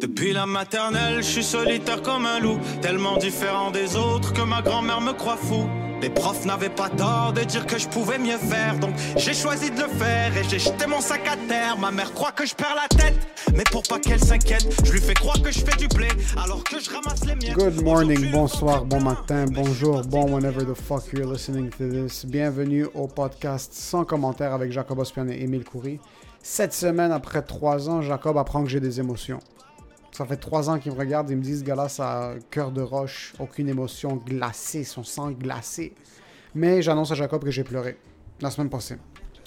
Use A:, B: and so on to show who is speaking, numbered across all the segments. A: Depuis la maternelle, je suis solitaire comme un loup, tellement différent des autres que ma grand-mère me croit fou. Les profs n'avaient pas tort de dire que je pouvais mieux faire, donc j'ai choisi de le faire et j'ai jeté mon sac à terre. Ma mère croit que je perds la tête, mais pour pas qu'elle s'inquiète, je lui fais croire que je fais du blé alors que je ramasse les miettes.
B: Good morning,
A: Aujourd'hui,
B: bonsoir, bon matin,
A: mais je suis
B: bonjour,
A: parti
B: bon
A: de-
B: whenever the fuck you're listening to this. Bienvenue au podcast sans commentaire avec Jacob Ospian et Émile Coury. Cette semaine, après trois ans, Jacob apprend que j'ai des émotions. Ça fait trois ans qu'ils me regardent et me disent, gars là, ça a cœur de roche, aucune émotion, glacé, son sang glacé. Mais j'annonce à Jacob que j'ai pleuré la semaine passée.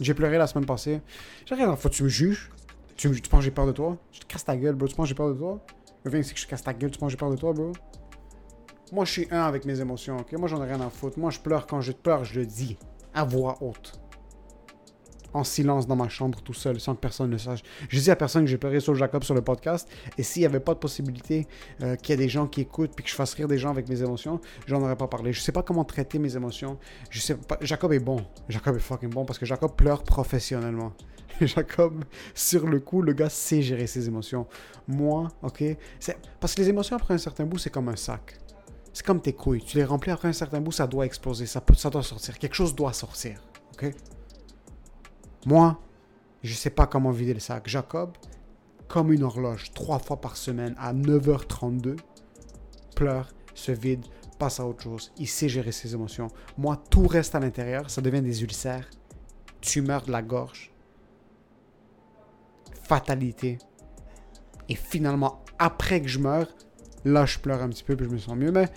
B: J'ai pleuré la semaine passée. J'ai rien à foutre, tu me juges tu, me- tu penses que j'ai peur de toi Je te casse ta gueule, bro. Tu penses que j'ai peur de toi Je viens ici que je te casse ta gueule. Tu penses que j'ai peur de toi, bro Moi, je suis un avec mes émotions, ok Moi, j'en ai rien à foutre. Moi, je pleure quand je pleure, je le dis. À voix haute. En silence dans ma chambre, tout seul, sans que personne ne sache. Je dis à personne que j'ai pleuré sur Jacob sur le podcast. Et s'il n'y avait pas de possibilité euh, qu'il y ait des gens qui écoutent puis que je fasse rire des gens avec mes émotions, j'en aurais pas parlé. Je sais pas comment traiter mes émotions. Je sais pas. Jacob est bon. Jacob est fucking bon parce que Jacob pleure professionnellement. Jacob, sur le coup, le gars sait gérer ses émotions. Moi, ok. c'est- Parce que les émotions, après un certain bout, c'est comme un sac. C'est comme tes couilles. Tu les remplis après un certain bout, ça doit exploser. Ça, peut, ça doit sortir. Quelque chose doit sortir. Ok? Moi, je sais pas comment vider le sac. Jacob, comme une horloge, trois fois par semaine à 9h32, pleure, se vide, passe à autre chose. Il sait gérer ses émotions. Moi, tout reste à l'intérieur. Ça devient des ulcères, tumeurs de la gorge, fatalité. Et finalement, après que je meurs, là, je pleure un petit peu, puis je me sens mieux. Mais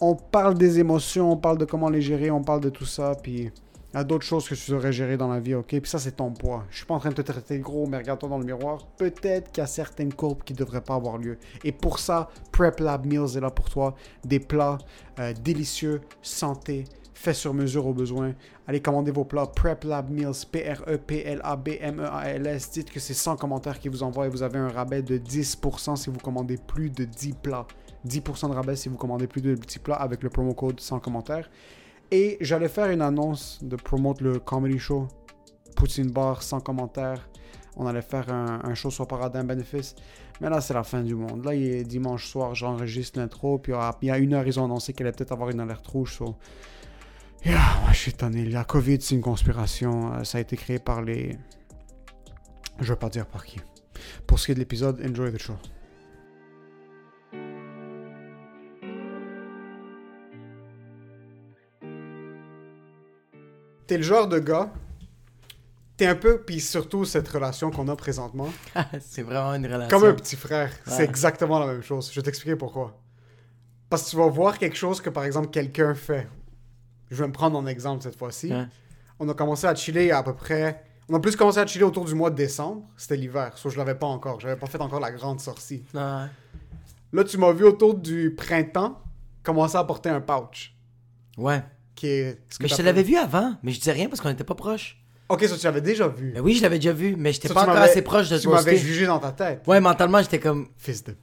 B: on parle des émotions, on parle de comment les gérer, on parle de tout ça, puis il y a d'autres choses que tu aurais gérées dans la vie, ok? Puis ça, c'est ton poids. Je suis pas en train de te traiter de gros, mais regarde-toi dans le miroir. Peut-être qu'il y a certaines courbes qui devraient pas avoir lieu. Et pour ça, Prep Lab Meals est là pour toi. Des plats euh, délicieux, santé, faits sur mesure au besoin. Allez commander vos plats Prep Lab Meals, E P-R-E-P-L-A-B-M-E-A-L-S. Dites que c'est 100 commentaires qui vous envoient et vous avez un rabais de 10% si vous commandez plus de 10 plats. 10% de rabais si vous commandez plus de 10 plats avec le promo code 100 commentaires. Et j'allais faire une annonce de promote le comedy show Poutine Bar sans commentaire. On allait faire un, un show sur Paradin Bénéfice. Mais là, c'est la fin du monde. Là, il est dimanche soir, j'enregistre l'intro. Puis à- il y a une heure, ils ont annoncé qu'elle allait peut-être avoir une alerte rouge. so- Yeah, moi, je suis tanné. La COVID, c'est une conspiration. Euh, Ça a été créé par les. Je veux pas dire par qui. Pour ce qui est de l'épisode, enjoy the show. T'es le genre de gars. T'es un peu, puis surtout cette relation qu'on a présentement,
C: c'est vraiment une relation.
B: comme un petit frère. C'est
C: Ah, Ouais.
B: exactement la même chose. Je vais t'expliquer pourquoi. Parce que tu vas voir quelque chose que, par exemple, quelqu'un fait. Je vais me prendre en exemple cette fois-ci.
C: Ouais.
B: On a commencé à chiller il y a à peu près. On a plus commencé à chiller autour du mois de décembre. C'était l'hiver. Sauf que je l'avais pas encore. J'avais pas fait encore la grande sortie.
C: Ouais.
B: Là, tu m'as vu autour du printemps commencer à porter un pouch.
C: Ouais.
B: Qui est ce que
C: Mais je te
B: t'appelles-
C: l'avais vu avant, mais je disais rien parce qu'on était pas proches.
B: Ok, ça, tu l'avais déjà vu.
C: Mais oui, je l'avais déjà vu, mais j'étais
B: Ça,
C: pas
B: tu
C: encore
B: m'avais-
C: assez proche de
B: Tu m'avais
C: ce
B: jugé dans ta tête.
C: Ouais, mentalement, j'étais comme.
B: Fils de.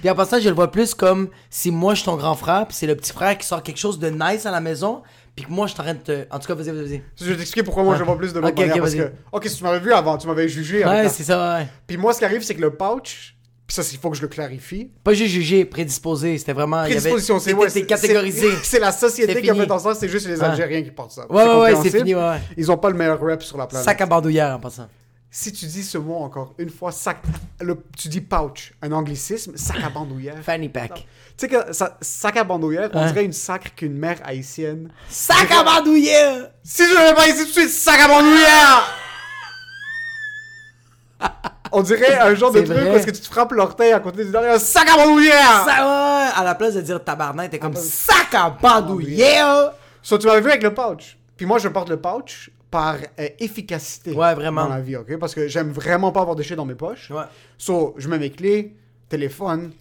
C: Puis en passant, je le vois plus comme si moi je suis ton grand frère, puis c'est le petit frère qui sort quelque chose de nice à la maison, puis que moi je suis en train de te. En tout cas, vas-y, vas-y, vas-y.
B: Je vais t'expliquer pourquoi moi je
C: Ouais.
B: vois plus de l'autre
C: Ok, ok,
B: manière, parce
C: vas-y.
B: que OK, si tu m'avais vu avant, tu m'avais jugé avec
C: Ouais,
B: ta-
C: c'est ça, ouais.
B: Puis moi ce qui arrive c'est que le pouch, puis ça c'est- il faut que je le clarifie.
C: Pas juste jugé, prédisposé, c'était vraiment. Ah, il y avait-
B: Prédisposition, c'est
C: t'étais-
B: ouais,
C: t'étais
B: c'est-
C: catégorisé.
B: c'est- C'est la société
C: C'est
B: qui a fait
C: fini.
B: en sorte, c'est juste les
C: Ouais.
B: Algériens qui portent ça.
C: Ouais, ouais, ouais, c'est
B: compréhensible.
C: fini, ouais. ouais.
B: Ils ont pas le meilleur rep sur la planète.
C: Sac à bandoulière en passant.
B: Si tu dis ce mot encore une fois, sac le tu dis pouch, un anglicisme, sac à bandoulière.
C: Fanny pack.
B: Tu sais que ça- sac à bandoulière, on
C: Ouais.
B: dirait une sacre qu'une mère haïtienne.
C: Sac à bandoulière!
B: Si je ne vais pas ici tout de suite, sac à hein. bandoulière! On dirait un genre de
C: C'est
B: truc
C: vrai.
B: parce que tu te frappes l'orteil à côté du dernier. Sac à hein. bandoulière!
C: Ça, ouais, à la place de dire tabarnak, t'es
B: Ah,
C: comme sac à bandoulière!
B: So, tu m'avais vu avec le pouch. Puis moi, je porte le pouch par euh, efficacité.
C: Ouais, vraiment.
B: Dans la vie, OK? Parce que j'aime vraiment pas avoir de shit dans mes poches.
C: Ouais.
B: So, je mets mes clés, téléphone,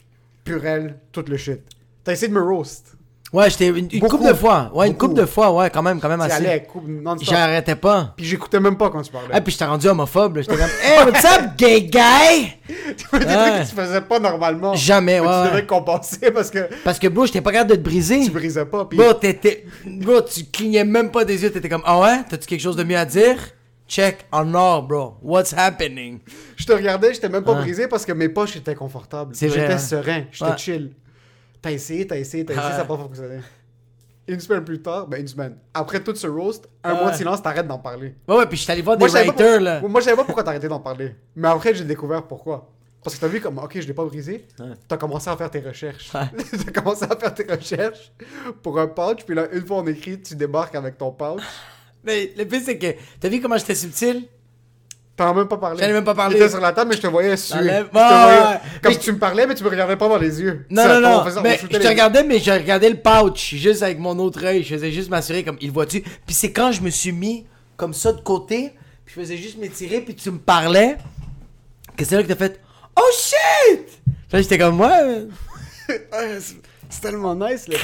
B: purel, tout le shit. T'as essayé de me roast.
C: Ouais, j'étais une, une
B: Beaucoup.
C: coupe de fois. Ouais, une
B: Beaucoup.
C: coupe de fois, ouais, quand même, quand même
B: T'y
C: assez.
B: allais, coupe non-stop.
C: J'arrêtais pas.
B: Puis j'écoutais même pas quand tu parlais.
C: Ah, puis j'étais rendu homophobe, là. J'étais comme, hey, what's up, gay guy?
B: Tu fais des trucs que tu faisais pas normalement.
C: ah.
B: Mais
C: Jamais, ouais,
B: Tu
C: ouais.
B: devais compenser parce que
C: Parce que, bro, j'étais pas capable de te briser.
B: tu brisais pas. Puis
C: Bro, t'étais. Bro, tu clignais même pas des yeux, t'étais comme, ah ouais, t'as-tu quelque chose de mieux à dire? Check en or, bro. What's happening?
B: Je te regardais, j'étais même pas
C: Ouais.
B: brisé parce que mes poches étaient confortables.
C: Ah. C'est vrai,
B: J'étais
C: hein.
B: serein, j'étais
C: Ouais.
B: chill. T'as essayé, t'as essayé, t'as
C: Ah
B: essayé, ça n'a
C: ouais.
B: pas fonctionné. Une semaine plus tard, ben une semaine. Après tout ce roast, un
C: Ah
B: mois de
C: ouais.
B: silence, t'arrêtes d'en parler.
C: Ouais, ouais, puis je suis allé voir
B: Moi,
C: des
B: je savais pas
C: writers,
B: pour-
C: là.
B: Moi, je savais pas pourquoi t'arrêtais d'en parler. Mais après, j'ai découvert pourquoi. Parce que t'as vu comme, ok, je l'ai pas brisé.
C: Ouais.
B: T'as commencé à faire tes recherches.
C: Ouais.
B: t'as commencé à faire tes recherches pour un pouch. Puis là, une fois on écrit, tu débarques avec ton pouch.
C: Mais le pire, c'est que. T'as vu comment j'étais subtil?
B: T'en as même pas parlé.
C: J'en ai même pas parlé.
B: J'étais sur la table, mais je te voyais suer.
C: J'en ai-
B: Je te voyais-
C: Ouais, ouais.
B: Comme
C: Mais-
B: tu me parlais, mais tu me regardais pas dans les yeux.
C: Non,
B: Ça,
C: non,
B: on
C: non.
B: faisait- on
C: mais
B: shootait
C: je te
B: les-
C: regardais, mais je regardais le pouch, juste avec mon autre œil. Je faisais juste m'assurer, comme, il voit-tu? Puis c'est quand je me suis mis comme ça de côté, puis je faisais juste m'étirer, puis tu me parlais, que c'est là que t'as fait Oh shit! Là, j'étais comme, ouais.
B: Ah, c'est- C'est tellement nice, le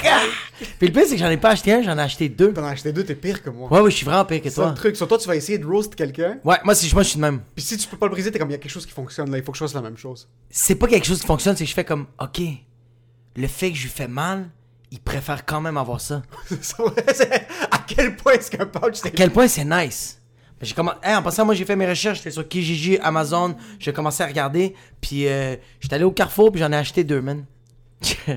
C: Puis le pire, c'est que j'en ai pas acheté un, j'en ai acheté deux.
B: T'en as acheté deux, t'es pire que moi.
C: Ouais, ouais, je suis vraiment pire que
B: C'est un
C: toi.
B: truc. Sur toi, tu vas essayer de roast quelqu'un.
C: Ouais, moi, si, moi, je suis de même.
B: Puis si tu peux pas le briser, t'es comme, il y a quelque chose qui fonctionne là, il faut que je fasse la même chose.
C: c'est pas quelque chose qui fonctionne, c'est que je fais comme, ok, le fait que je lui fais mal, il préfère quand même avoir ça.
B: Ça, ouais, c'est- à quel point est-ce qu'un pouch,
C: À
B: c'est.
C: quel point c'est nice. Ben, J'ai commencé, en passant, moi j'ai fait mes recherches, j'étais sur Kijiji, Amazon, j'ai commencé à regarder, puis euh, j'étais allé au Carrefour, puis j'en ai acheté deux, man.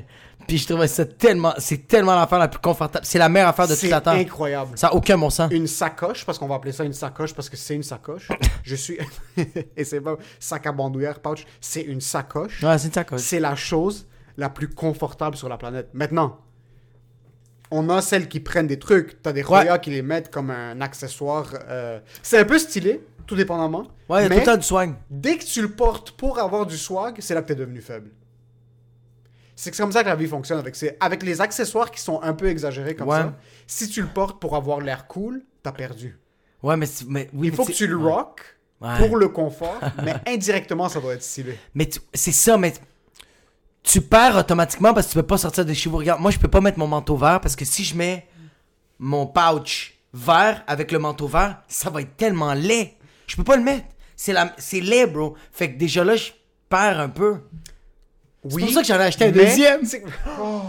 C: puis je trouvais ça tellement, c'est tellement l'affaire la plus confortable, c'est la meilleure affaire de toute
B: C'est
C: la terre.
B: incroyable.
C: Ça a aucun bon sens.
B: Une sacoche, parce qu'on va appeler ça une sacoche parce que c'est une sacoche. Je suis. Et c'est pas sac à bandoulière, pouch. C'est une sacoche.
C: Ouais, c'est une sacoche.
B: C'est la chose la plus confortable sur la planète. Maintenant, on a celles qui prennent des trucs. T'as des royas qui les mettent comme un accessoire. euh, C'est un peu stylé, tout dépendamment.
C: Ouais, il y a tout
B: mais
C: le temps du soigne.
B: dès que tu le portes pour avoir du swag, c'est là que t'es devenu faible. C'est que c'est comme ça que la vie fonctionne avec, ces- avec les accessoires qui sont un peu exagérés comme
C: Ouais.
B: ça. Si tu le portes pour avoir l'air cool, t'as perdu.
C: Ouais, mais, c'est- mais oui,
B: Il
C: mais
B: faut que tu le rock
C: Ouais.
B: pour le confort, mais indirectement, ça doit être stylé.
C: Mais tu- c'est ça, mais tu- tu perds automatiquement parce que tu peux pas sortir de chez vous. Regarde, moi je peux pas mettre mon manteau vert parce que si je mets mon pouch vert avec le manteau vert, ça va être tellement laid. Je peux pas le mettre. C'est la, c'est laid, bro. Fait que déjà là, je perds un peu.
B: Oui,
C: pour ça que j'en ai acheté un
B: mais-
C: deuxième.
B: c'est- Oh.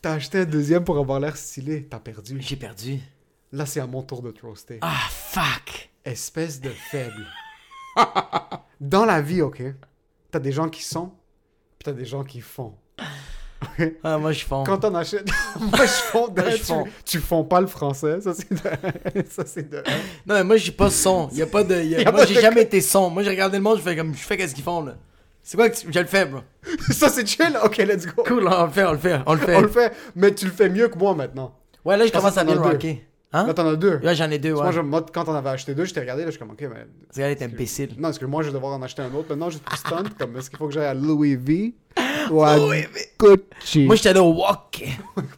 B: T'as acheté un deuxième pour avoir l'air stylé, t'as perdu.
C: J'ai perdu.
B: Là, c'est à mon tour de te roaster.
C: Ah, fuck.
B: Espèce de faible. Dans la vie, ok, t'as des gens qui sont, puis t'as des gens qui font.
C: Ah, moi je fonds.
B: Quand t'en achètes, moi je fonds. de-
C: Moi, je
B: tu,
C: fonds.
B: tu fonds pas le français, ça c'est de... ça c'est de.
C: Non, mais moi je suis pas son. Y a pas de. y a-
B: Y a
C: moi
B: pas
C: j'ai
B: de-
C: jamais été son. Moi j'ai regardé le monde, je fais comme. Je fais qu'est-ce qu'ils font là. C'est quoi que tu- Je le fais, bro.
B: ça c'est chill. Ok, let's go.
C: Cool, on le fait, on le fait, on le fait.
B: On le fait, mais tu le fais mieux que moi maintenant.
C: Ouais, là je
B: Parce
C: commence
B: que
C: à bien le
B: t'en as deux.
C: rocker. Hein?
B: Là t'en as deux.
C: Là, j'en ai deux, ouais.
B: Moi, je- moi, quand t'en avais acheté deux, j'étais regardé là, je suis comme ok, mais
C: C'est qu'elle est imbécile.
B: non, est-ce que moi je vais devoir en acheter un autre maintenant juste pour stunt comme est-ce qu'il faut que j'aille à Louis V ou à Gucci.
C: Moi, j'étais allé au walk.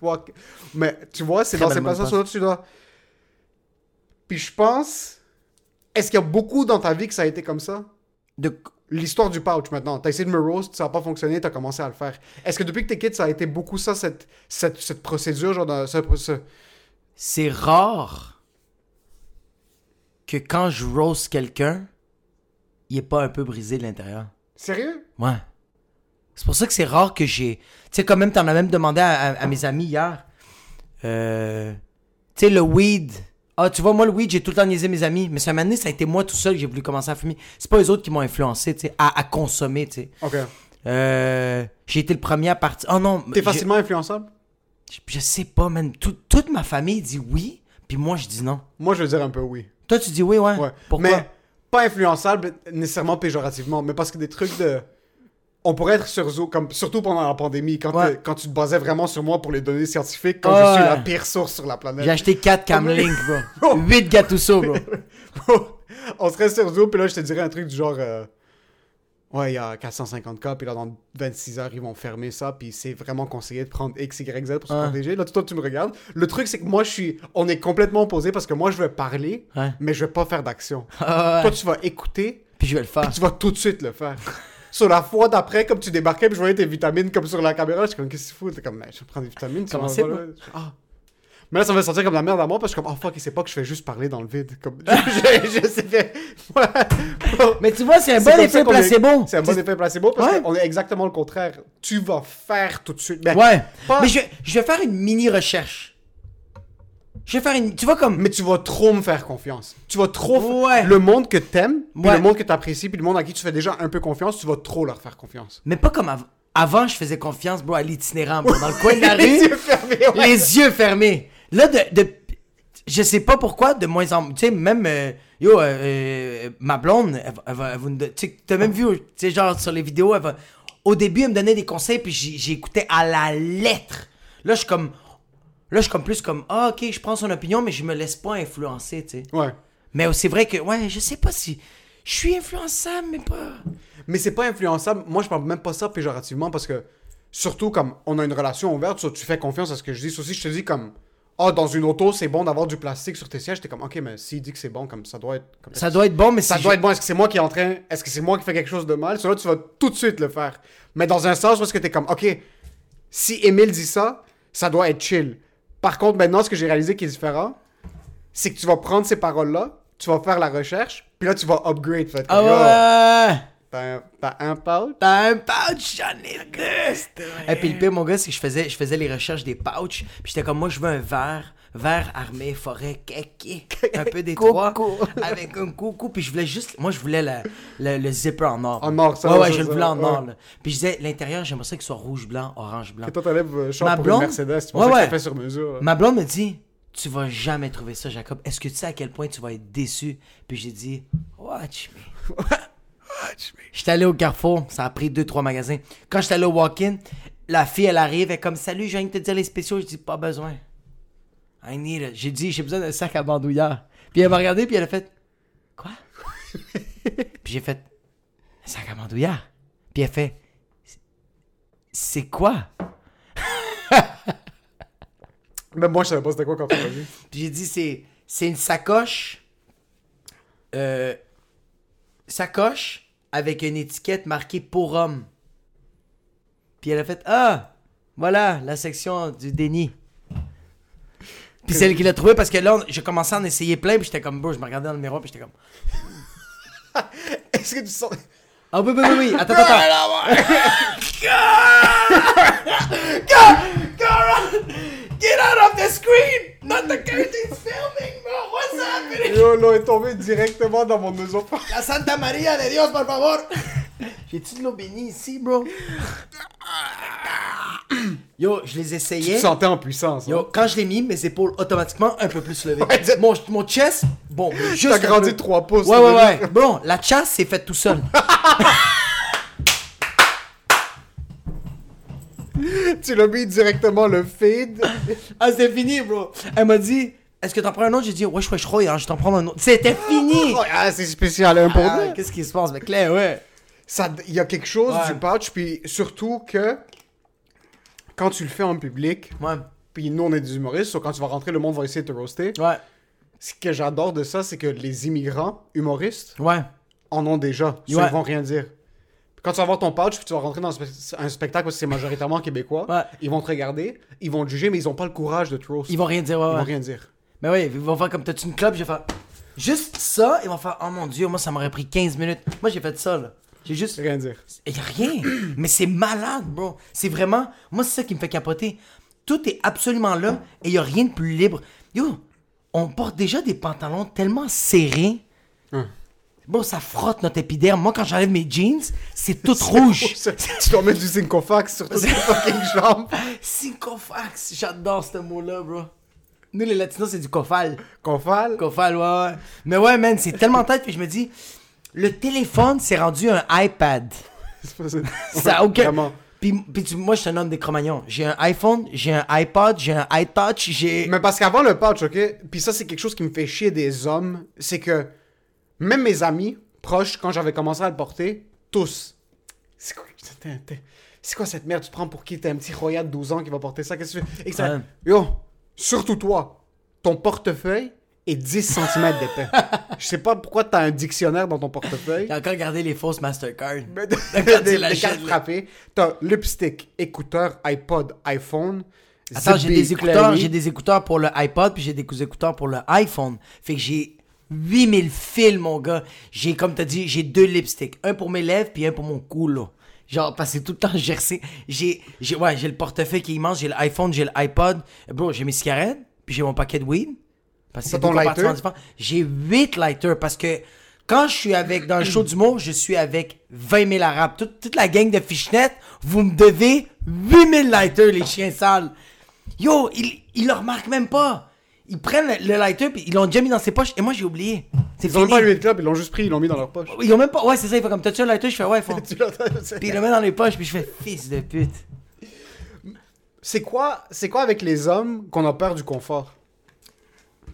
B: Walk. Mais tu vois, c'est
C: Très
B: dans ces
C: belle
B: passages
C: mode
B: sur tu dois. Puis je pense. Est-ce qu'il y a beaucoup dans ta vie que ça a été comme ça
C: De...
B: L'histoire du pouch maintenant. T'as essayé de me roast, ça n'a pas fonctionné, t'as commencé à le faire. Est-ce que depuis que t'es kid, ça a été beaucoup ça, cette, cette, cette procédure, genre dans ce, ce-
C: C'est rare que quand je roast quelqu'un, il est pas un peu brisé de l'intérieur.
B: Sérieux
C: Ouais. C'est pour ça que c'est rare que j'ai. Tu sais, quand même, t'en as même demandé à, à- à mes amis hier. Euh... Tu sais, le weed. Ah, tu vois, moi, le weed, j'ai tout le temps niaisé mes amis. Mais ça m'a donné, ça a été moi tout seul que j'ai voulu commencer à fumer. C'est pas les autres qui m'ont influencé, tu sais, à, à consommer, tu sais.
B: Ok.
C: Euh... J'ai été le premier à partir. Oh non.
B: T'es
C: j'ai-
B: facilement influençable
C: Je, je sais pas, man. Tout- toute ma famille dit oui, puis moi, je dis non.
B: Moi, je veux dire un peu oui.
C: Toi, tu dis oui, ouais.
B: Ouais.
C: Pourquoi?
B: Mais pas influençable nécessairement péjorativement, mais parce que des trucs de. On pourrait être sur Zoom, comme, surtout pendant la pandémie, quand,
C: Ouais.
B: t'es- quand tu te basais vraiment sur moi pour les données scientifiques, quand je
C: Ouais.
B: suis la pire source sur la planète.
C: J'ai acheté 4 Camlink, bro.
B: Bro.
C: 8 Gattuso, bro.
B: on serait sur Zoom, puis là, je te dirais un truc du genre. euh, Ouais, il y a 450 cas, puis là, dans 26 heures, ils vont fermer ça, puis c'est vraiment conseillé de prendre X, Y, Z pour se
C: Ouais.
B: protéger. Là, toi, tu me regardes. Le truc, c'est que moi, je suis. On est complètement opposés parce que moi, je vais parler,
C: Ouais.
B: mais je vais pas faire d'action.
C: Ah, ouais.
B: Toi, tu vas écouter,
C: Puis je vais le faire.
B: tu vas tout de suite le faire. Sur la fois d'après, comme tu débarquais, ben, puis je voyais tes vitamines comme sur la caméra, je suis comme, qu'est-ce que tu fous? T'es comme, Mais je prends des vitamines, tu
C: Comment
B: m'en
C: c'est,
B: vas
C: moi?
B: là. Ah. Mais là, ça me fait sentir comme la merde à moi parce que comme, oh fuck, il sait pas que je fais juste parler dans le vide. Comme, je, je sais fait.
C: Mais tu vois, c'est un
B: C'est
C: bon
B: comme ça
C: effet
B: qu'on est-
C: placebo.
B: C'est un bon effet placebo parce
C: Ouais.
B: qu'on est exactement le contraire. Tu vas faire tout de suite. Ben,
C: Ouais.
B: pas-
C: Mais je, je vais faire une mini recherche. Je vais faire une. Tu vois comme.
B: mais tu vas trop me faire confiance. Tu vas trop. f-
C: Ouais.
B: Le monde que t'aimes, puis
C: Ouais.
B: le monde que t'apprécies, puis le monde à qui tu fais déjà un peu confiance, tu vas trop leur faire confiance.
C: Mais pas comme avant. Avant, je faisais confiance, bro, à l'itinérant, bro, dans le coin de la
B: Les
C: rue.
B: yeux fermés, ouais.
C: les yeux fermés. Là, de, de- je sais pas pourquoi, de moins en tu sais, même, euh, yo, euh, euh, ma blonde, elle, va- elle va- elle va nous don- tu sais, t'as même vu, tu sais, genre, sur les vidéos, elle va- au début, elle me donnait des conseils, puis j'y- j'écoutais à la lettre. Là, je suis comme, là, je suis comme plus comme, ah, ok, je prends son opinion, mais je me laisse pas influencer, tu sais.
B: Ouais.
C: Mais c'est vrai que, ouais, je sais pas si, je suis influençable, mais pas...
B: Mais c'est pas influençable. Moi, je parle même pas ça péjorativement parce que, surtout comme on a une relation ouverte, soit tu fais confiance à ce que je dis. Soit si je te dis comme, ah, dans une auto, c'est bon d'avoir du plastique sur tes sièges, t'es comme, ok, mais s'il dit que c'est bon, comme ça doit être. Comme
C: Ça doit être bon, mais
B: Ça
C: si
B: doit
C: je-
B: être bon. Est-ce que c'est moi qui est en train. Est-ce que c'est moi qui fais quelque chose de mal? Cela, tu vas tout de suite le faire. Mais dans un sens où est-ce que t'es comme, ok, si Emile dit ça, ça doit être chill. Par contre, maintenant, ce que j'ai réalisé qui est différent, c'est que tu vas prendre ces paroles-là, tu vas faire la recherche, puis là, tu vas upgrade. Fait, comme,
C: Ah
B: yo,
C: ouais!
B: t'as un- t'as un pouch?
C: T'as un pouch, j'en ai le goût. Et puis le pire, mon gars, c'est que je faisais, je faisais les recherches des pouches. Puis j'étais comme, moi, je veux un verre, verre armé, forêt, kéké, un peu des trois, avec un coucou. Puis je voulais juste, moi, je voulais la- le, le zipper en or.
B: En or, ça,
C: Ouais,
B: ouais,
C: ouais,
B: ça,
C: je le
B: ça,
C: voulais en
B: ouais.
C: or. là. Puis je disais, l'intérieur, j'aimerais ça qu'il soit rouge, blanc, orange, blanc.
B: Et toi, t'enlèves euh,
C: Ma
B: Charles pour
C: blonde?
B: une Mercedes. Tu
C: Ouais,
B: penses que
C: ouais.
B: ça fait sur mesure. là.
C: Ma blonde me dit Tu vas jamais trouver ça, Jacob. Est-ce que tu sais à quel point tu vas être déçu Puis j'ai dit Watch me. J'étais allé au Carrefour, ça a pris 2-3 magasins. Quand j'étais allé au Walk-in, la fille, elle arrive, elle est comme Salut, je viens de te dire les spéciaux. Je dis Pas besoin. I need it. J'ai dit J'ai besoin d'un sac à bandoulière. Puis elle m'a regardé, puis elle a fait Quoi Puis j'ai fait Un sac à bandoulière. Puis elle fait C'est quoi
B: Même moi, je savais pas c'était quoi quand on l'a dit.
C: Puis j'ai dit, c'est, c'est une sacoche. euh, sacoche avec une étiquette marquée pour homme. Puis elle a fait, ah, voilà la section du déni. Puis c'est elle qui l'a trouvé parce que là, on- j'ai commencé à en essayer plein. Puis j'étais comme, bro, je me regardais dans le miroir. Puis j'étais comme,
B: Est-ce que tu sens.
C: ah oui, oui, oui, oui, attends, attends, attends. Get out of the screen! Not the curtains filming, bro! What's happening?
B: Yo, l'eau est tombée directement dans mon oesophage.
C: La Santa María de Dios, por favor. J'ai-tu de l'eau bénie ici, bro? Yo, je les
B: Tu te
C: essayais.
B: sentais en puissance.
C: Yo, quand je l'ai mis, mes épaules automatiquement un peu plus levées.
B: Ouais, tu-
C: mon, mon chest, bon, juste.
B: T'as
C: un
B: grandi
C: peu.
B: de 3 pouces.
C: Ouais,
B: tu
C: ouais,
B: veux
C: ouais.
B: dire.
C: Bon, la chasse s'est faite tout seul.
B: hein. Tu l'as mis directement le feed.
C: Ah, c'est fini, bro. Elle m'a dit, est-ce que t'en prends un autre? J'ai dit, ouais, je suis crois, hein, je t'en prends un autre. C'était fini!
B: Oh, ah, c'est spécial, un pour
C: Ah,
B: deux.
C: Qu'est-ce qui se passe, mec? Claire, ouais.
B: Ça- Il y a quelque chose
C: Ouais.
B: du patch, puis surtout que quand tu le fais en public,
C: Ouais,
B: puis nous on est des humoristes, so quand tu vas rentrer, le monde va essayer de te roaster.
C: ouais,
B: Ce que j'adore de ça, c'est que les immigrants humoristes
C: ouais.
B: en ont déjà. Ceux
C: Ouais.
B: Ils vont rien dire. Puis Quand tu vas voir ton patch, puis tu vas rentrer dans un spe- un spectacle parce que c'est majoritairement québécois,
C: Ouais.
B: ils vont te regarder, ils vont te juger, mais ils ont pas le courage de te roast.
C: Ils vont rien dire, ouais,
B: Ils
C: ouais.
B: vont rien dire.
C: Mais Ben oui, ils vont faire comme t'as-tu une clope, je vais faire. Juste ça, ils vont faire Oh mon dieu, moi ça m'aurait pris 15 minutes. Moi j'ai fait ça là. J'ai juste.
B: Rien dire.
C: Y a rien. Mais c'est malade, bro. C'est vraiment. Moi c'est ça qui me fait capoter. Tout est absolument là et y a rien de plus libre. Yo, on porte déjà des pantalons tellement serrés. Hein.
B: Hum.
C: Bon, ça frotte notre épiderme. Moi quand j'enlève mes jeans, c'est tout rouge.
B: tu dois mettre du Zincofax sur toute ta fucking jambe.
C: Syncofax, j'adore ce mot-là, bro. Nous les latinos c'est du cofal.
B: Confal.
C: Cofal, ouais, ouais. Mais ouais, man, c'est tellement tête, puis je me dis, le téléphone s'est rendu un iPad.
B: C'est pas ça.
C: Ça, ok.
B: Vraiment.
C: Puis, puis tu- moi, je suis un homme des Cro-Magnons. J'ai un iPhone, j'ai un iPod, j'ai un iTouch, j'ai.
B: Mais parce qu'avant le patch, ok, puis ça c'est quelque chose qui me fait chier des hommes, c'est que même mes amis proches, quand j'avais commencé à le porter, tous. C'est quoi, t'es- t'es- c'est quoi cette merde Tu te prends pour qui T'es un petit royal de 12 ans qui va porter ça Qu'est-ce que tu fais Et que ça-
C: Ouais.
B: Yo, surtout toi, ton portefeuille est 10 cm d'épais. Je sais pas pourquoi t'as un dictionnaire dans ton portefeuille.
C: J'ai encore gardé les fausses Mastercard.
B: Mais
C: Quand tu
B: des, des
C: l'achètes,
B: cartes
C: là.
B: frappées. T'as lipstick, écouteurs, iPod, iPhone,
C: Attends, j'ai
B: Zippy,
C: des écouteurs,
B: Clary.
C: j'ai des écouteurs pour le iPod puis j'ai des écouteurs pour le iPhone. Fait que j'ai 8000 fils mon gars. J'ai comme t'as dit, j'ai deux lipsticks, un pour mes lèvres puis un pour mon cou là. Genre parce que tout le temps gercé. J'ai j'ai ouais, j'ai le portefeuille qui est immense, j'ai l'iPhone, j'ai l'iPod. Bro, j'ai mes cigarettes, puis j'ai mon paquet de weed. Parce que
B: T'as
C: c'est
B: ton
C: deux compartiments
B: lighter?
C: différents. J'ai 8 lighters parce que quand je suis avec, dans le show d'humour, je suis avec 20 000 arabes. Toute, toute la gang de fichenettes, vous me devez 8 000 lighters, les chiens sales. Yo, ils, ils le remarquent même pas. Ils prennent le, le lighter puis ils l'ont déjà mis dans ses poches et moi j'ai oublié. C'est
B: Ils ont même
C: fini.
B: pas allumé le club, ils l'ont juste pris, ils l'ont mis dans leur poche.
C: Ils ont même pas. Ouais, c'est ça, il fait comme t'as-tu un lighter? Je fais ouais, ils font.
B: Tu l'entends, tu sais.
C: Puis ils le mettent dans les poches puis je fais fils de pute.
B: C'est quoi, c'est quoi avec les hommes qu'on a peur du confort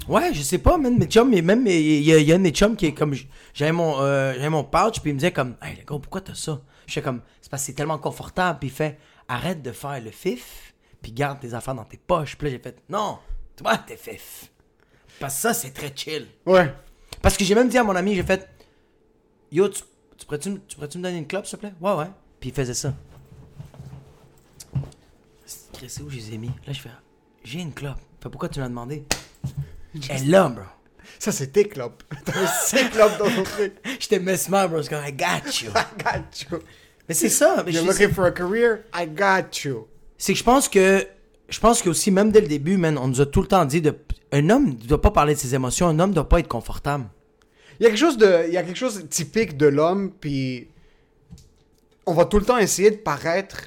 C: Ouais, je sais pas, man. Mes chums, mais même, il y, a- il y a un de mes chums qui est comme. J'avais mon, euh, j'avais mon pouch, puis il me disait comme, hey, le gars, pourquoi t'as ça? Je fais comme, c'est parce que c'est tellement confortable, puis il fait, arrête de faire le fif, puis garde tes affaires dans tes poches. Puis là, j'ai fait, non, toi, t'es fif. Parce que ça, c'est très chill.
B: Ouais.
C: Parce que j'ai même dit à mon ami, j'ai fait, yo, tu, tu pourrais-tu, me- tu pourrais-tu me donner une clope, s'il te plaît? Ouais, ouais. Puis il faisait ça. C'est Chris, c'est où je les ai mis? Là, je fais, j'ai une clope. Fait pourquoi tu m'as demandé? Elle est là, bro.
B: Ça, c'est tes clopes. T'as un six clopes dans ton truc.
C: J'étais mesmer, bro. J'étais comme, I got you.
B: I got you.
C: Mais c'est ça. mais
B: You're
C: je-
B: looking for a career? I got you.
C: C'est que je pense que. Je pense que aussi, même dès le début, man, on nous a tout le temps dit de. Un homme ne doit pas parler de ses émotions. Un homme ne doit pas être confortable.
B: Il y a quelque chose de, il y a quelque chose de typique de l'homme, puis on va tout le temps essayer de paraître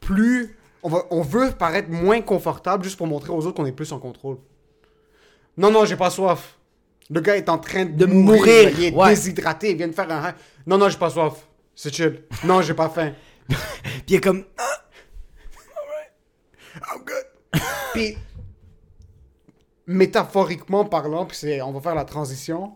B: plus, on, va, on veut paraître moins confortable juste pour montrer aux autres qu'on est plus en contrôle. Non, non, j'ai pas soif. Le gars est en train de,
C: De
B: mourir.
C: mourir,
B: Il est
C: ouais.
B: déshydraté. Il vient de faire un. Non, non, j'ai pas soif. C'est chill. Non, j'ai pas faim.
C: Puis il est comme. Ah,
B: I'm good. puis, métaphoriquement parlant, puis c'est, on va faire la transition.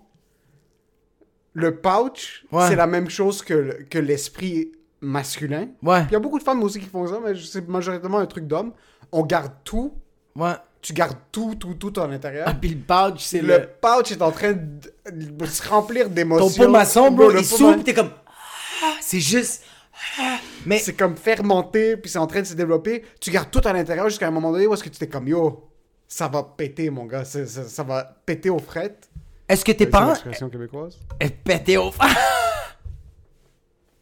B: Le pouch,
C: Ouais.
B: c'est la même chose que, le- que l'esprit masculin.
C: Ouais.
B: Il y a beaucoup de femmes aussi qui font ça, mais c'est majoritairement un truc d'homme. On garde tout.
C: Ouais.
B: Tu gardes tout, tout, tout à l'intérieur.
C: Ah, puis le pouch, c'est
B: le
C: le.
B: pouch est en train de, de se remplir
C: Ton
B: d'émotions.
C: pot maçon, bro,
B: Le
C: il
B: pot
C: s'ouvre,
B: ma-
C: puis t'es comme. Ah, c'est juste. ah. Mais.
B: C'est comme fermenté, puis c'est en train de se développer. Tu gardes tout à l'intérieur jusqu'à un moment donné où est-ce que tu t'es comme yo, ça va péter, mon gars, C'est- ça, ça va péter aux frettes.
C: Est-ce que tes
B: C'est
C: parents.
B: l'expression québécoise.
C: Eh, Pété au.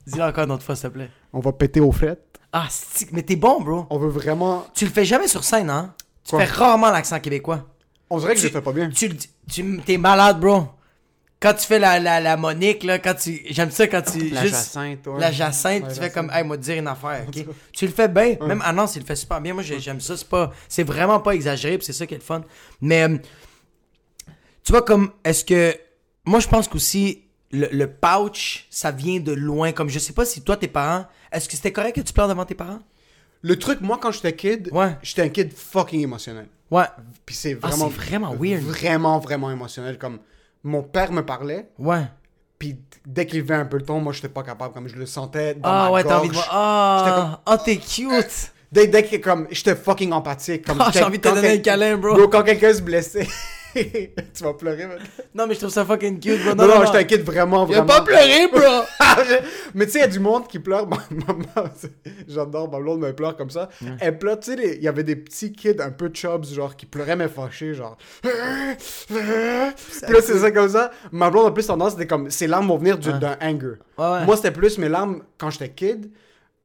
C: Dis-le encore une autre fois, s'il te plaît.
B: On va péter aux frettes.
C: Ah, c'est- mais t'es bon, bro.
B: On veut vraiment.
C: Tu le fais jamais sur scène, hein? Tu
B: Quoi?
C: fais rarement l'accent québécois.
B: On dirait que
C: tu,
B: je le fais pas bien.
C: Tu, le dis- tu m- t'es malade, bro. Quand tu fais la, la, la Monique, là, quand tu. J'aime ça quand tu.
B: La
C: juste-
B: Jacinthe, ouais.
C: La Jacinthe,
B: Ouais,
C: tu fais
B: Jacinthe.
C: comme, hey, moi, te dire une affaire, ok? tu le fais bien. Même Anance, il le fait super bien. Moi, j'ai- j'aime ça. C'est pas. C'est vraiment pas exagéré, puis c'est ça qui est le fun. Mais. euh, Tu vois, comme. Est-ce que. Moi, je pense qu'aussi. Le, le pouch, ça vient de loin. Comme je sais pas si toi, tes parents. Est-ce que c'était correct que tu pleures devant tes parents?
B: Le truc, moi, quand j'étais kid,
C: Ouais.
B: j'étais un kid fucking émotionnel.
C: Ouais.
B: Puis c'est
C: Ah,
B: vraiment.
C: c'est vraiment weird.
B: Vraiment, vraiment émotionnel. Comme mon père me parlait,
C: Ouais.
B: puis dès qu'il levait un peu le ton, moi, j'étais pas capable. Comme je le sentais dans
C: Ah
B: ma
C: ouais, t'as envie de
B: gorge.
C: voir. Ah, ah, t'es cute.
B: Dès, dès que comme j'étais fucking empathique. Comme,
C: Ah, j'ai
B: quel-
C: envie de te
B: quand
C: donner
B: quel-
C: un câlin, bro.
B: quand quelqu'un se blessait, tu vas pleurer. maintenant.
C: Non, mais je trouve ça fucking cute, bro.
B: Non, non, je t'inquiète vraiment,
C: Il a
B: vraiment.
C: pas pleuré, bro.
B: mais tu sais, il y a du monde qui pleure. Ma maman, c'est- j'adore, ma blonde me pleure comme ça. Elle pleure, tu sais, les- il y avait des petits kids un peu chubs, genre, qui pleuraient, mais fâchés, genre. Puis là, c'est ça comme ça. Ma blonde, en plus, tendance, c'était comme, ses larmes vont venir du- d'un anger.
C: Ouais, ouais.
B: Moi, c'était plus mes larmes, quand j'étais kid,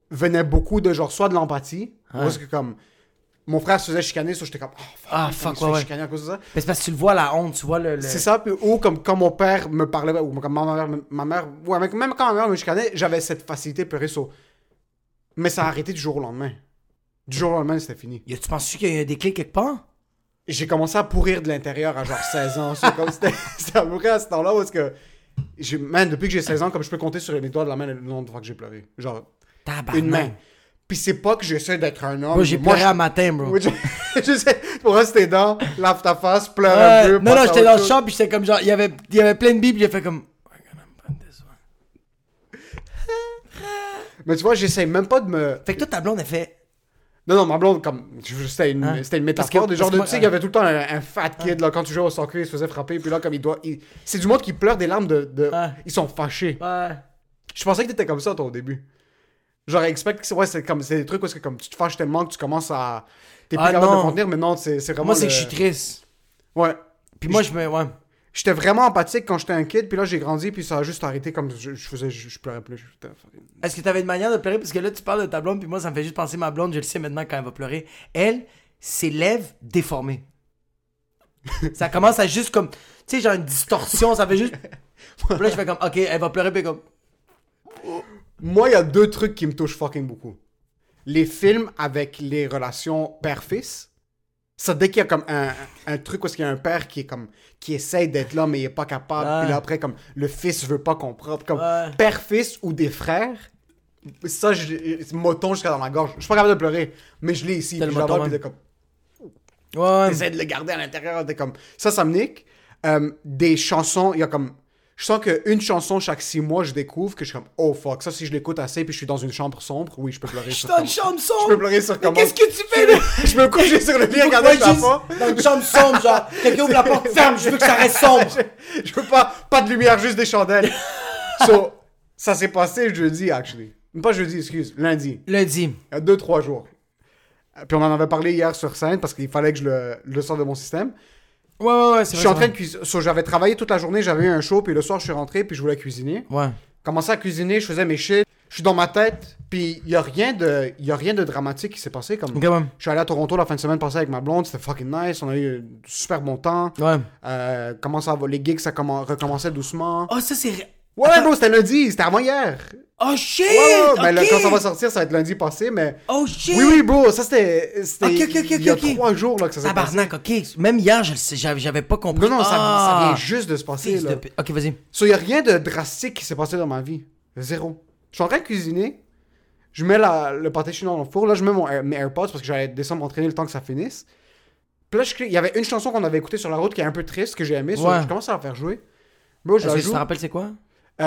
B: venaient beaucoup de, genre, soit de l'empathie, parce que comme, mon frère se faisait chicaner, soit j'étais comme, oh, fuck,
C: Ah,
B: il
C: fuck,
B: se fait
C: ouais, ouais.
B: chicaner à cause de ça.
C: Mais c'est parce que tu le vois, la honte, tu vois le. le-
B: C'est ça, puis, ou comme quand mon père me parlait, ou comme ma mère, ma mère ou avec- même quand ma mère me chicanait, j'avais cette facilité de pleurer sur. Mais ça a arrêté du jour au lendemain. Du jour au lendemain, c'était fini.
C: Y a- tu penses-tu qu'il y a eu un déclic quelque part?
B: J'ai commencé à pourrir de l'intérieur à genre 16 ans. C'est comme c'était c'était à peu près à ce temps-là parce que. j'ai- Man, depuis que j'ai 16 ans, comme je peux compter sur les doigts de la main le nombre de fois que j'ai pleuré. Genre,
C: Tabarnak.
B: une main. Puis c'est pas que j'essaie d'être un homme.
C: Bro, j'ai
B: Moi,
C: pleuré à matin, bro.
B: je- je sais, pour rester dans, lave ta face, pleure un
C: Ouais.
B: peu.
C: Euh, non,
B: passe
C: non,
B: à
C: j'étais
B: autre
C: dans le
B: chose.
C: champ, puis j'étais comme genre. Il y avait, il y avait plein de billes, puis j'ai fait comme. We're gonna put this one.
B: Mais tu vois, j'essaie même pas de me.
C: Fait que toi, ta blonde, elle fait.
B: Non, non, ma blonde, comme, je- c'était une,
C: Hein?
B: c'était une
C: Parce que-
B: métaphore. des genres
C: parce que
B: de,
C: moi- euh, hein?
B: tu sais, il y avait tout le temps un, un fat kid, là, quand tu jouais au soccer, il se faisait frapper, puis là, comme il doit. il- C'est du monde qui pleure des larmes de. de-
C: Ouais.
B: Ils sont fâchés.
C: Ouais.
B: Je pensais que t'étais comme ça, toi, au début. Genre, expect que c'est ouais, c'est comme c'est des trucs où c'est comme tu te fâches tellement que tu commences à. T'es plus
C: Ah,
B: capable de
C: non.
B: contenir, mais non, c'est c'est vraiment.
C: Moi, c'est
B: le-
C: que je suis triste.
B: Ouais.
C: Puis moi, je me. Ouais.
B: J'étais vraiment empathique quand j'étais un kid, puis là j'ai grandi, puis ça a juste arrêté comme je, je faisais, je, je pleurais plus. je- putain, fucking-
C: Est-ce que t'avais une manière de pleurer? Parce que là, tu parles de ta blonde, puis moi, ça me fait juste penser ma blonde, je le sais maintenant quand elle va pleurer. Elle, ses lèvres déformées. ça commence à juste comme. Tu sais, genre une distorsion, ça fait juste. Puis là, je fais comme, ok, elle va pleurer, puis comme.
B: Moi, il y a deux trucs qui me touchent fucking beaucoup. Les films avec les relations père-fils. Ça, dès qu'il y a comme un, un truc où il y a un père qui est comme qui essaye d'être là, mais il est pas capable,
C: Ouais.
B: puis là après, comme le fils veut pas comprendre. Comme
C: Ouais.
B: père-fils ou des frères, ça, je moton jusqu'à dans la gorge. Je suis pas capable de pleurer, mais je l'ai ici.
C: T'as
B: Puis
C: le
B: je la vois,
C: moton,
B: puis
C: hein.
B: t'es comme.
C: Ouais, ouais.
B: T'essaies de le garder à l'intérieur. T'es comme... Ça, ça me nique. Euh, des chansons, il y a comme... Je sens qu'une chanson chaque six mois, je découvre que je suis comme « Oh fuck, ça si je l'écoute assez puis je suis dans une chambre sombre, oui, je peux pleurer
C: Je suis
B: sur
C: dans une
B: commande.
C: chambre
B: Je peux
C: sombre.
B: pleurer sur
C: Mais
B: commande.
C: qu'est-ce que tu fais là?
B: Je me couche sur le lit, regarder
C: Ouais,
B: le plafond.
C: juste dans une chambre sombre, genre, quelqu'un ouvre la porte, ferme, je veux que ça reste sombre.
B: Je veux pas... Pas de lumière, juste des chandelles. so, ça s'est passé jeudi, actually. Pas jeudi, excuse, lundi.
C: Lundi.
B: Il y a deux, trois jours. Euh, Puis on en avait parlé hier sur scène parce qu'il fallait que je le, le sorte de mon système.
C: Ouais, ouais, ouais, c'est
B: Je suis
C: vrai.
B: en
C: c'est
B: train de cuisiner. j'avais travaillé toute la journée, j'avais eu un show, puis le soir, je suis rentré, puis je voulais cuisiner.
C: vrai. Ouais.
B: Commençais à cuisiner, je faisais mes shit. Je suis dans ma tête, puis il y a rien de, il y a rien de dramatique qui s'est passé. Comme
C: Ok, ouais.
B: je suis allé à Toronto la fin de semaine passée avec ma blonde, c'était fucking nice, on a eu un super bon temps.
C: Ouais.
B: Euh, comment ça va- les gigs, ça commen- recommençait doucement.
C: Oh, ça, c'est.
B: Ouais, bro, c'était lundi, c'était avant hier.
C: Oh, shit!
B: Ouais, ouais, ouais,
C: ok.
B: mais là, quand ça va sortir, ça va être lundi passé, mais.
C: Oh, shit!
B: Oui, oui, bro, ça c'était, c'était
C: Ok, ok, ok,
B: il y a
C: ok, ok.
B: trois jours là que ça s'est passé.
C: Tabarnak, ok. Même hier, je le sais, j'avais j'avais pas compris.
B: Non, non, ça,
C: Ah,
B: ça vient juste de se passer.
C: fils
B: Là.
C: de pu- Ok, vas-y.
B: So, il n'y a rien de drastique qui s'est passé dans ma vie. Zéro. Je suis en train de cuisiner. Je mets la- le pâté chinois dans le four. Là, je mets mon, Air- mes AirPods parce que j'allais descendre m'entraîner le temps que ça finisse. Puis là, je clique- il y avait une chanson qu'on avait écoutée sur la route qui est un peu triste, que j'ai aimée. So,
C: Ouais.
B: je commence à la faire jouer. Bro, je
C: Est-ce
B: la
C: que tu
B: joue.
C: te rappelles c'est quoi?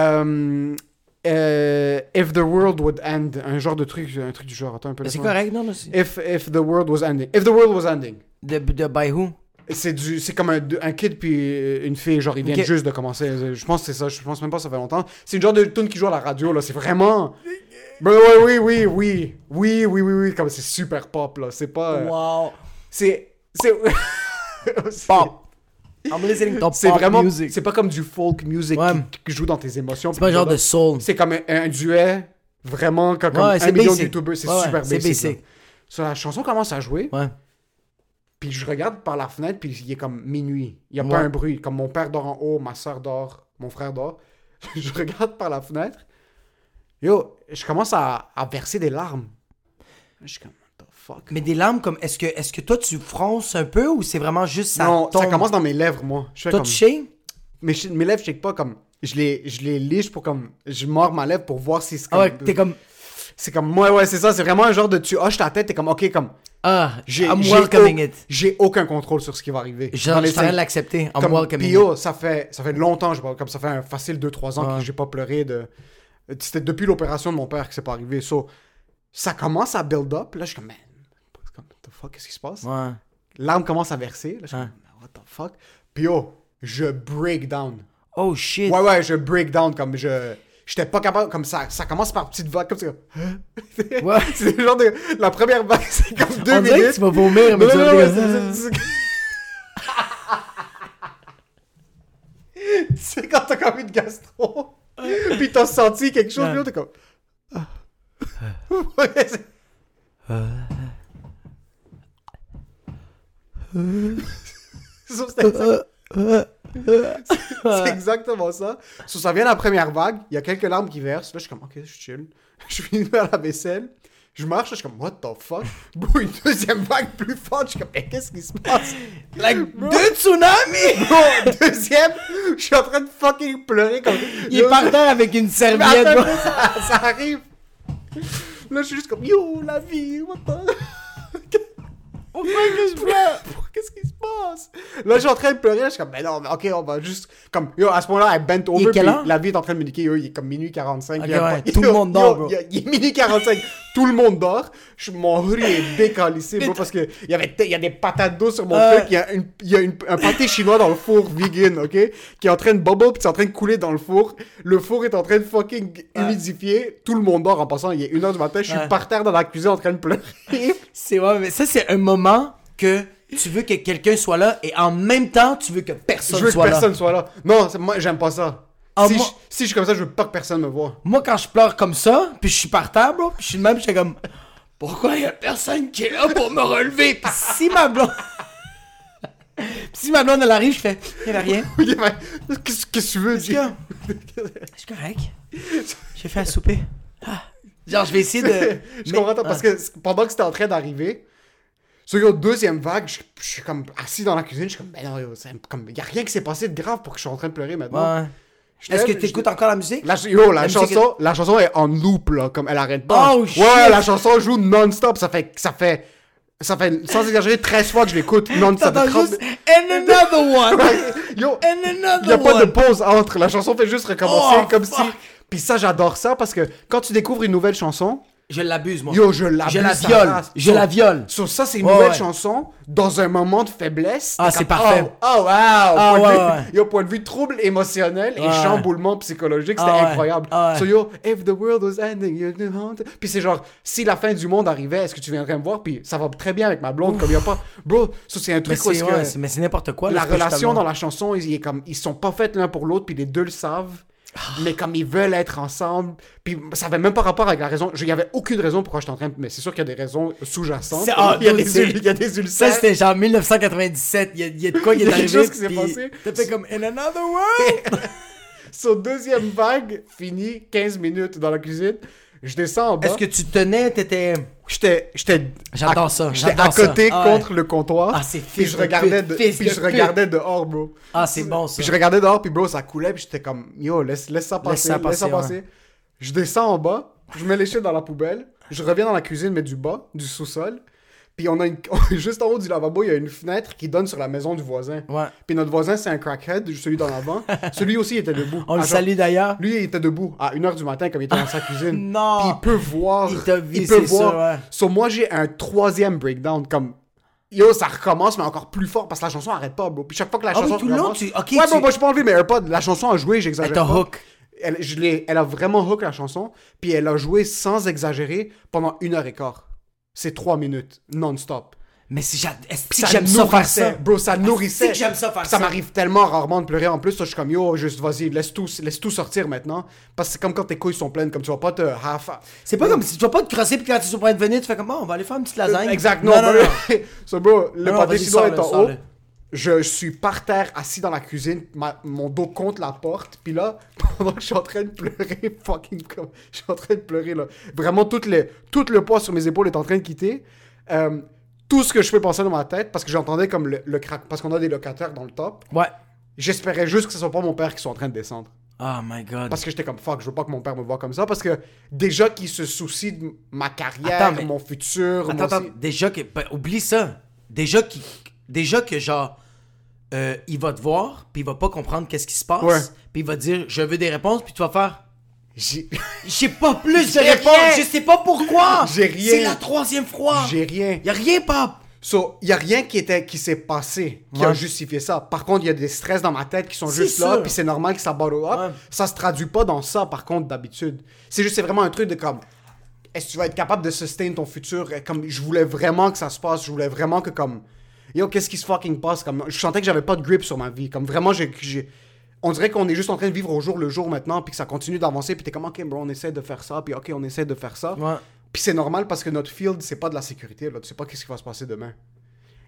B: Euh, euh, if the world would end. Un genre de truc, un truc du genre. Attends un peu.
C: C'est
B: laisse-moi-
C: correct, non? non, c'est-
B: If, if the world was ending. If the world was ending.
C: De, de By Who?
B: C'est du, c'est comme un, un kid puis euh, une fille, genre ils viennent
C: Ok.
B: juste de commencer. Je pense que c'est ça. Je pense même pas que ça fait longtemps. C'est une genre de tune qui joue à la radio là. C'est vraiment. Ben ouais, oui, oui, oui, oui, oui, oui, oui. Comme c'est super pop là. C'est pas. euh,
C: Wow.
B: C'est, c'est.
C: Pop. I'm listening to
B: C'est
C: pop
B: vraiment.
C: music.
B: C'est pas comme du folk music
C: Ouais.
B: qui, qui joue dans tes émotions.
C: C'est pas un genre de soul.
B: C'est comme un, un duet vraiment comme, comme
C: Ouais,
B: un
C: c'est
B: million de
C: basic.
B: youtubeurs. C'est
C: Ouais, ouais,
B: super
C: c'est
B: basic. là.
C: basic.
B: So, la chanson commence à jouer.
C: Ouais.
B: Puis je regarde par la fenêtre, puis il est comme minuit. Il n'y a
C: Ouais.
B: pas un bruit. Comme mon père dort en haut, ma soeur dort, mon frère dort. je regarde par la fenêtre. Yo, je commence à, à verser des larmes. Je suis comme, what the fuck?
C: Mais des larmes comme. Est-ce que, est que toi, tu fronces un peu ou c'est vraiment juste ça?
B: non, ça
C: tombe?
B: commence dans mes lèvres, moi. Je fais
C: Toi,
B: comme...
C: tu sais?
B: Mais je- mes lèvres, je check pas comme... Je les, je les liche pour comme... Je mords ma lèvre pour voir si c'est
C: Ah
B: comme...
C: ouais, t'es comme.
B: C'est comme... Ouais, ouais, c'est ça. C'est vraiment un genre de... Tu hoches ta tête, t'es comme... Ok, comme...
C: Ah,
B: J'ai,
C: I'm
B: j'ai
C: welcoming
B: au-
C: it.
B: J'ai aucun contrôle sur ce qui va arriver.
C: Je je suis
B: Dans
C: en
B: les
C: train
B: cinq-
C: de l'accepter. I'm
B: comme
C: welcoming it.
B: Pio, ça fait, ça fait longtemps, je sais pas, comme ça fait un facile 2-3 ans
C: Ouais.
B: que j'ai pas pleuré de. C'était depuis l'opération de mon père que c'est pas arrivé. So, ça commence à build up. Là, je suis comme, man, c'est comme, what the fuck, qu'est-ce qui se passe?
C: Ouais.
B: L'arme commence à verser. Là, je suis
C: Ouais.
B: comme, what the fuck? Pio, je break down.
C: Oh shit.
B: Ouais, ouais, je break down. Comme je. J'étais pas capable, comme ça, ça commence par petites vagues, comme ça. comme,
C: Ouais.
B: c'est le genre de. La première vague, c'est comme deux
C: On dirait que
B: minutes.
C: tu vas vomir, mais
B: Non,
C: tu
B: non,
C: vas
B: non,
C: dire,
B: mais c'est- c'est- c'est- C'est quand t'as comme une gastro, puis t'as senti quelque chose,
C: Ouais.
B: puis là, t'es comme... Ah. Ouais, c'est- Ça, c'est exact- c'est exactement ça. So, ça vient de la première vague, il y a quelques larmes qui versent. Là, je suis comme, ok, je suis chill. Je finis de faire la vaisselle. Je marche, je suis comme, what the fuck? Bro, une deuxième vague plus forte. Je suis comme, mais qu'est-ce qui se passe?
C: Like, deux tsunamis!
B: Bro, deuxième, je suis en train de fucking pleurer comme.
C: Il est par terre avec une
B: Mais
C: serviette.
B: attends,
C: bro.
B: ça, ça arrive. Là, je suis juste comme, yo, la vie, what the.
C: On dirait que je pleure.
B: qu'est-ce qui se passe? Là, je suis en train de pleurer. Je suis comme, ben non, mais ok, on va juste. Comme, yo, à ce moment-là, elle bent over.
C: quelle
B: puis
C: heure?
B: la vie est en train de me niquer. Yo, il est comme minuit 45.
C: Ok,
B: il y a
C: ouais,
B: pas-
C: tout le
B: yo,
C: monde dort,
B: yo,
C: bro.
B: il y a- Il est minuit 45. tout le monde dort. Je, mon hoodie est décalissé, bro, parce qu'il y, avait te- il y a des patates d'eau sur mon
C: Ouais.
B: truc. Il y a, une- il y a une- un pâté chinois dans le four vegan, ok? Qui est en train de bubble, puis c'est en train de couler dans le four. Le four est en train de fucking humidifier. Tout le monde dort en passant. Il est 1h du matin. Je suis
C: Ouais.
B: par terre dans la cuisine en train de pleurer.
C: C'est ouais, mais ça, c'est un moment que tu veux que quelqu'un soit là et en même temps, tu veux que personne
B: je veux que
C: soit
B: personne
C: là.
B: soit là. Non, c'est- moi, j'aime pas ça.
C: Ah,
B: si,
C: moi-
B: je, si je suis comme ça, je veux pas que personne me voit.
C: Moi, quand je pleure comme ça, puis je suis par terre, bro, puis je suis de même, je suis comme, pourquoi il y a personne qui est là pour me relever? Puis si ma blonde. Puis si ma blonde, elle arrive, je fais, il y avait rien.
B: Oui, mais Qu'est-ce qu'est-ce que tu veux
C: Est-ce
B: dire?
C: que- Je suis correct. J'ai fait à souper. Ah. Genre, je vais essayer de.
B: je comprends pas, parce que c- pendant que c'était en train d'arriver, sur la deuxième vague, je, je suis comme assis dans la cuisine, je suis comme, ben non, yo, c'est comme, y a rien qui s'est passé de grave pour que je sois en train de pleurer maintenant.
C: Ouais.
B: Je
C: Est-ce que
B: lève, je-
C: tu écoutes encore la musique?
B: La, ch- yo, la,
C: La musique
B: chanson, la chanson est en loop, là, comme elle arrête pas.
C: Oh,
B: ouais,
C: shit.
B: la chanson joue non-stop, ça fait, ça fait, ça fait, sans exagérer, 13 fois que je l'écoute non-stop. ça
C: T'entends
B: fait 30
C: juste. And another one!
B: Yo,
C: And another
B: Il n'y a pas de
C: one.
B: pause entre. La chanson fait juste recommencer
C: Oh,
B: comme
C: fuck.
B: si. Puis ça, j'adore ça parce que quand tu découvres une nouvelle chanson,
C: Je l'abuse, moi.
B: yo, je l'abuse,
C: Je la
B: ça
C: viole.
B: rase.
C: Je la viole.
B: So, ça, c'est une
C: Ouais,
B: nouvelle
C: ouais.
B: chanson dans un moment de faiblesse.
C: Ah,
B: T'es
C: c'est
B: comme,
C: parfait. Ah,
B: Oh, oh, wow. point
C: ouais,
B: de vue,
C: ouais.
B: Yo, point de vue trouble émotionnel et
C: Ouais.
B: chamboulement psychologique, c'était
C: Ah, ouais.
B: incroyable.
C: Ah, ouais.
B: So, yo, if the world was ending, you know how to- Puis c'est genre, si la fin du monde arrivait, est-ce que tu viendrais me voir? Puis ça va très bien avec ma blonde, comme il n'y a pas. Bro, ça, c'est un
C: Mais
B: truc où
C: c'est
B: est-ce que-
C: ouais, c'est- mais c'est n'importe quoi.
B: la
C: là, c'est pas
B: relation
C: totalement-
B: dans la chanson, ils, est comme, ils sont pas faits l'un pour l'autre, puis les deux le savent.
C: Ah.
B: Mais comme ils veulent être ensemble, puis ça avait même pas rapport avec la raison. Il y avait aucune raison pourquoi j'étais en train de. Mais c'est sûr qu'il y a des raisons sous-jacentes.
C: C'est- ah,
B: il, y a
C: dude,
B: des,
C: c'est-
B: ul- il y a des ulcères.
C: Ça, c'était genre 1997. Il y a, il y a de quoi qui
B: Il y
C: est
B: a quelque
C: arrivé.
B: chose qui s'est
C: puis
B: passé.
C: T'as fait comme In another world!
B: Sur deuxième vague, fini 15 minutes dans la cuisine. Je descends en bas.
C: Est-ce que tu tenais, t'étais.
B: J'étais, j'étais,
C: J'adore
B: à-
C: ça,
B: J'étais à
C: j'adore ça.
B: côté
C: Ah ouais.
B: contre le comptoir.
C: Ah, c'est
B: Puis
C: fils
B: je
C: de
B: regardais,
C: pute,
B: de-
C: fils
B: puis
C: de
B: je
C: pute.
B: regardais dehors, bro.
C: Ah, c'est bon ça.
B: Puis je regardais dehors, puis bro, ça coulait, puis j'étais comme, yo, laisse, laisse ça passer, laisse
C: Laisse ça
B: ça passer.
C: passer, ouais.
B: Je descends en bas, je mets les shit dans la poubelle, je reviens dans la cuisine, mais du bas, du sous-sol. Puis on a une... juste en haut du lavabo, il y a une fenêtre qui donne sur la maison du voisin.
C: Ouais.
B: Puis notre voisin, c'est un crackhead, celui dans l'avant. celui aussi il était debout.
C: On
B: Ah,
C: le
B: genre,
C: salue d'ailleurs.
B: Lui, il était debout à 1h du matin, comme il était dans sa cuisine.
C: Ah, Non.
B: Puis il peut voir.
C: Il t'a vu,
B: peut
C: c'est
B: voir.
C: sûr, ouais.
B: So, moi, j'ai un troisième breakdown, comme... Yo, ça recommence, mais encore plus fort, parce que la chanson arrête pas, bro. Puis chaque fois que la
C: Ah oui,
B: chanson
C: tout le long,
B: recommence-
C: tu- ok,
B: ouais,
C: tu-
B: bon, moi, je peux enlever mes AirPods. La chanson a joué, j'exagère
C: Elle t'a
B: pas.
C: hook.
B: Elle, je l'ai- elle a vraiment hook la chanson, puis elle a joué sans exagérer pendant une heure et quart. C'est trois minutes, non-stop.
C: Mais si j'a- est-ce
B: Puis
C: que j'aime ça faire
B: nourrissait,
C: ça? Ah,
B: Bro, ça nourrissait.
C: que j'aime ça faire
B: Puis
C: ça.
B: m'arrive tellement rarement de pleurer en plus. so, je suis comme, yo, juste vas-y, laisse tout, laisse tout sortir maintenant. Parce que c'est comme quand tes couilles sont pleines, comme tu vas pas te half.
C: C'est pas comme si tu vas pas te crosser puis quand tu es sur le point de venir, tu fais comme oh, on va aller faire une petite lasagne.
B: Exact, non,
C: non, non,
B: bro.
C: non.
B: So, bro, le
C: Non,
B: pâté
C: vas-y,
B: chinois est
C: sors-le,
B: en haut.
C: sors-le.
B: Je suis par terre, assis dans la cuisine, ma- mon dos contre la porte. Puis là, pendant que je suis en train de pleurer, fucking comme- je suis en train de pleurer là. Vraiment, tout le, tout le poids sur mes épaules est en train de quitter. Euh, tout ce que je fais penser dans ma tête, parce que j'entendais comme le, le crack, parce qu'on a des locataires dans le top.
C: Ouais.
B: J'espérais juste que ce soit pas mon père qui soit en train de descendre.
C: Oh my god.
B: Parce que j'étais comme fuck, je veux pas que mon père me voit comme ça. Parce que déjà qu'il se soucie de ma carrière,
C: Attends, mais-
B: mon futur.
C: Attends,
B: mon-
C: attends, déjà que. ben, oublie ça. Déjà, qui, déjà que, genre, euh, il va te voir, puis il va pas comprendre qu'est-ce qui se passe,
B: Ouais.
C: puis il va dire, je veux des réponses, puis tu vas faire,
B: J'ai-
C: j'ai pas plus de
B: J'ai
C: réponses,
B: rien.
C: je sais pas pourquoi.
B: J'ai rien.
C: C'est la troisième fois.
B: J'ai rien.
C: Y a rien, pap.
B: So, il y a rien qui était qui s'est passé qui a
C: Ouais.
B: justifié ça. Par contre, il y a des stress dans ma tête qui sont
C: C'est
B: juste là,
C: sûr.
B: puis c'est normal que ça bottle up.
C: Ouais.
B: Ça se traduit pas dans ça par contre d'habitude. C'est juste c'est vraiment un truc de comme est-ce que tu vas être capable de sustain ton futur Euh, comme je voulais vraiment que ça se passe, je voulais vraiment que comme yo qu'est-ce qui se fucking passe comme je sentais que j'avais pas de grip sur ma vie, comme vraiment j'ai j'ai- on dirait qu'on est juste en train de vivre au jour le jour maintenant, puis que ça continue d'avancer, puis t'es comme, ok, bro, on essaie de faire ça, puis ok, on essaie de faire ça.
C: Ouais.
B: Puis c'est normal parce que notre field, c'est pas de la sécurité, là. Tu sais pas qu'est-ce qui va se passer demain.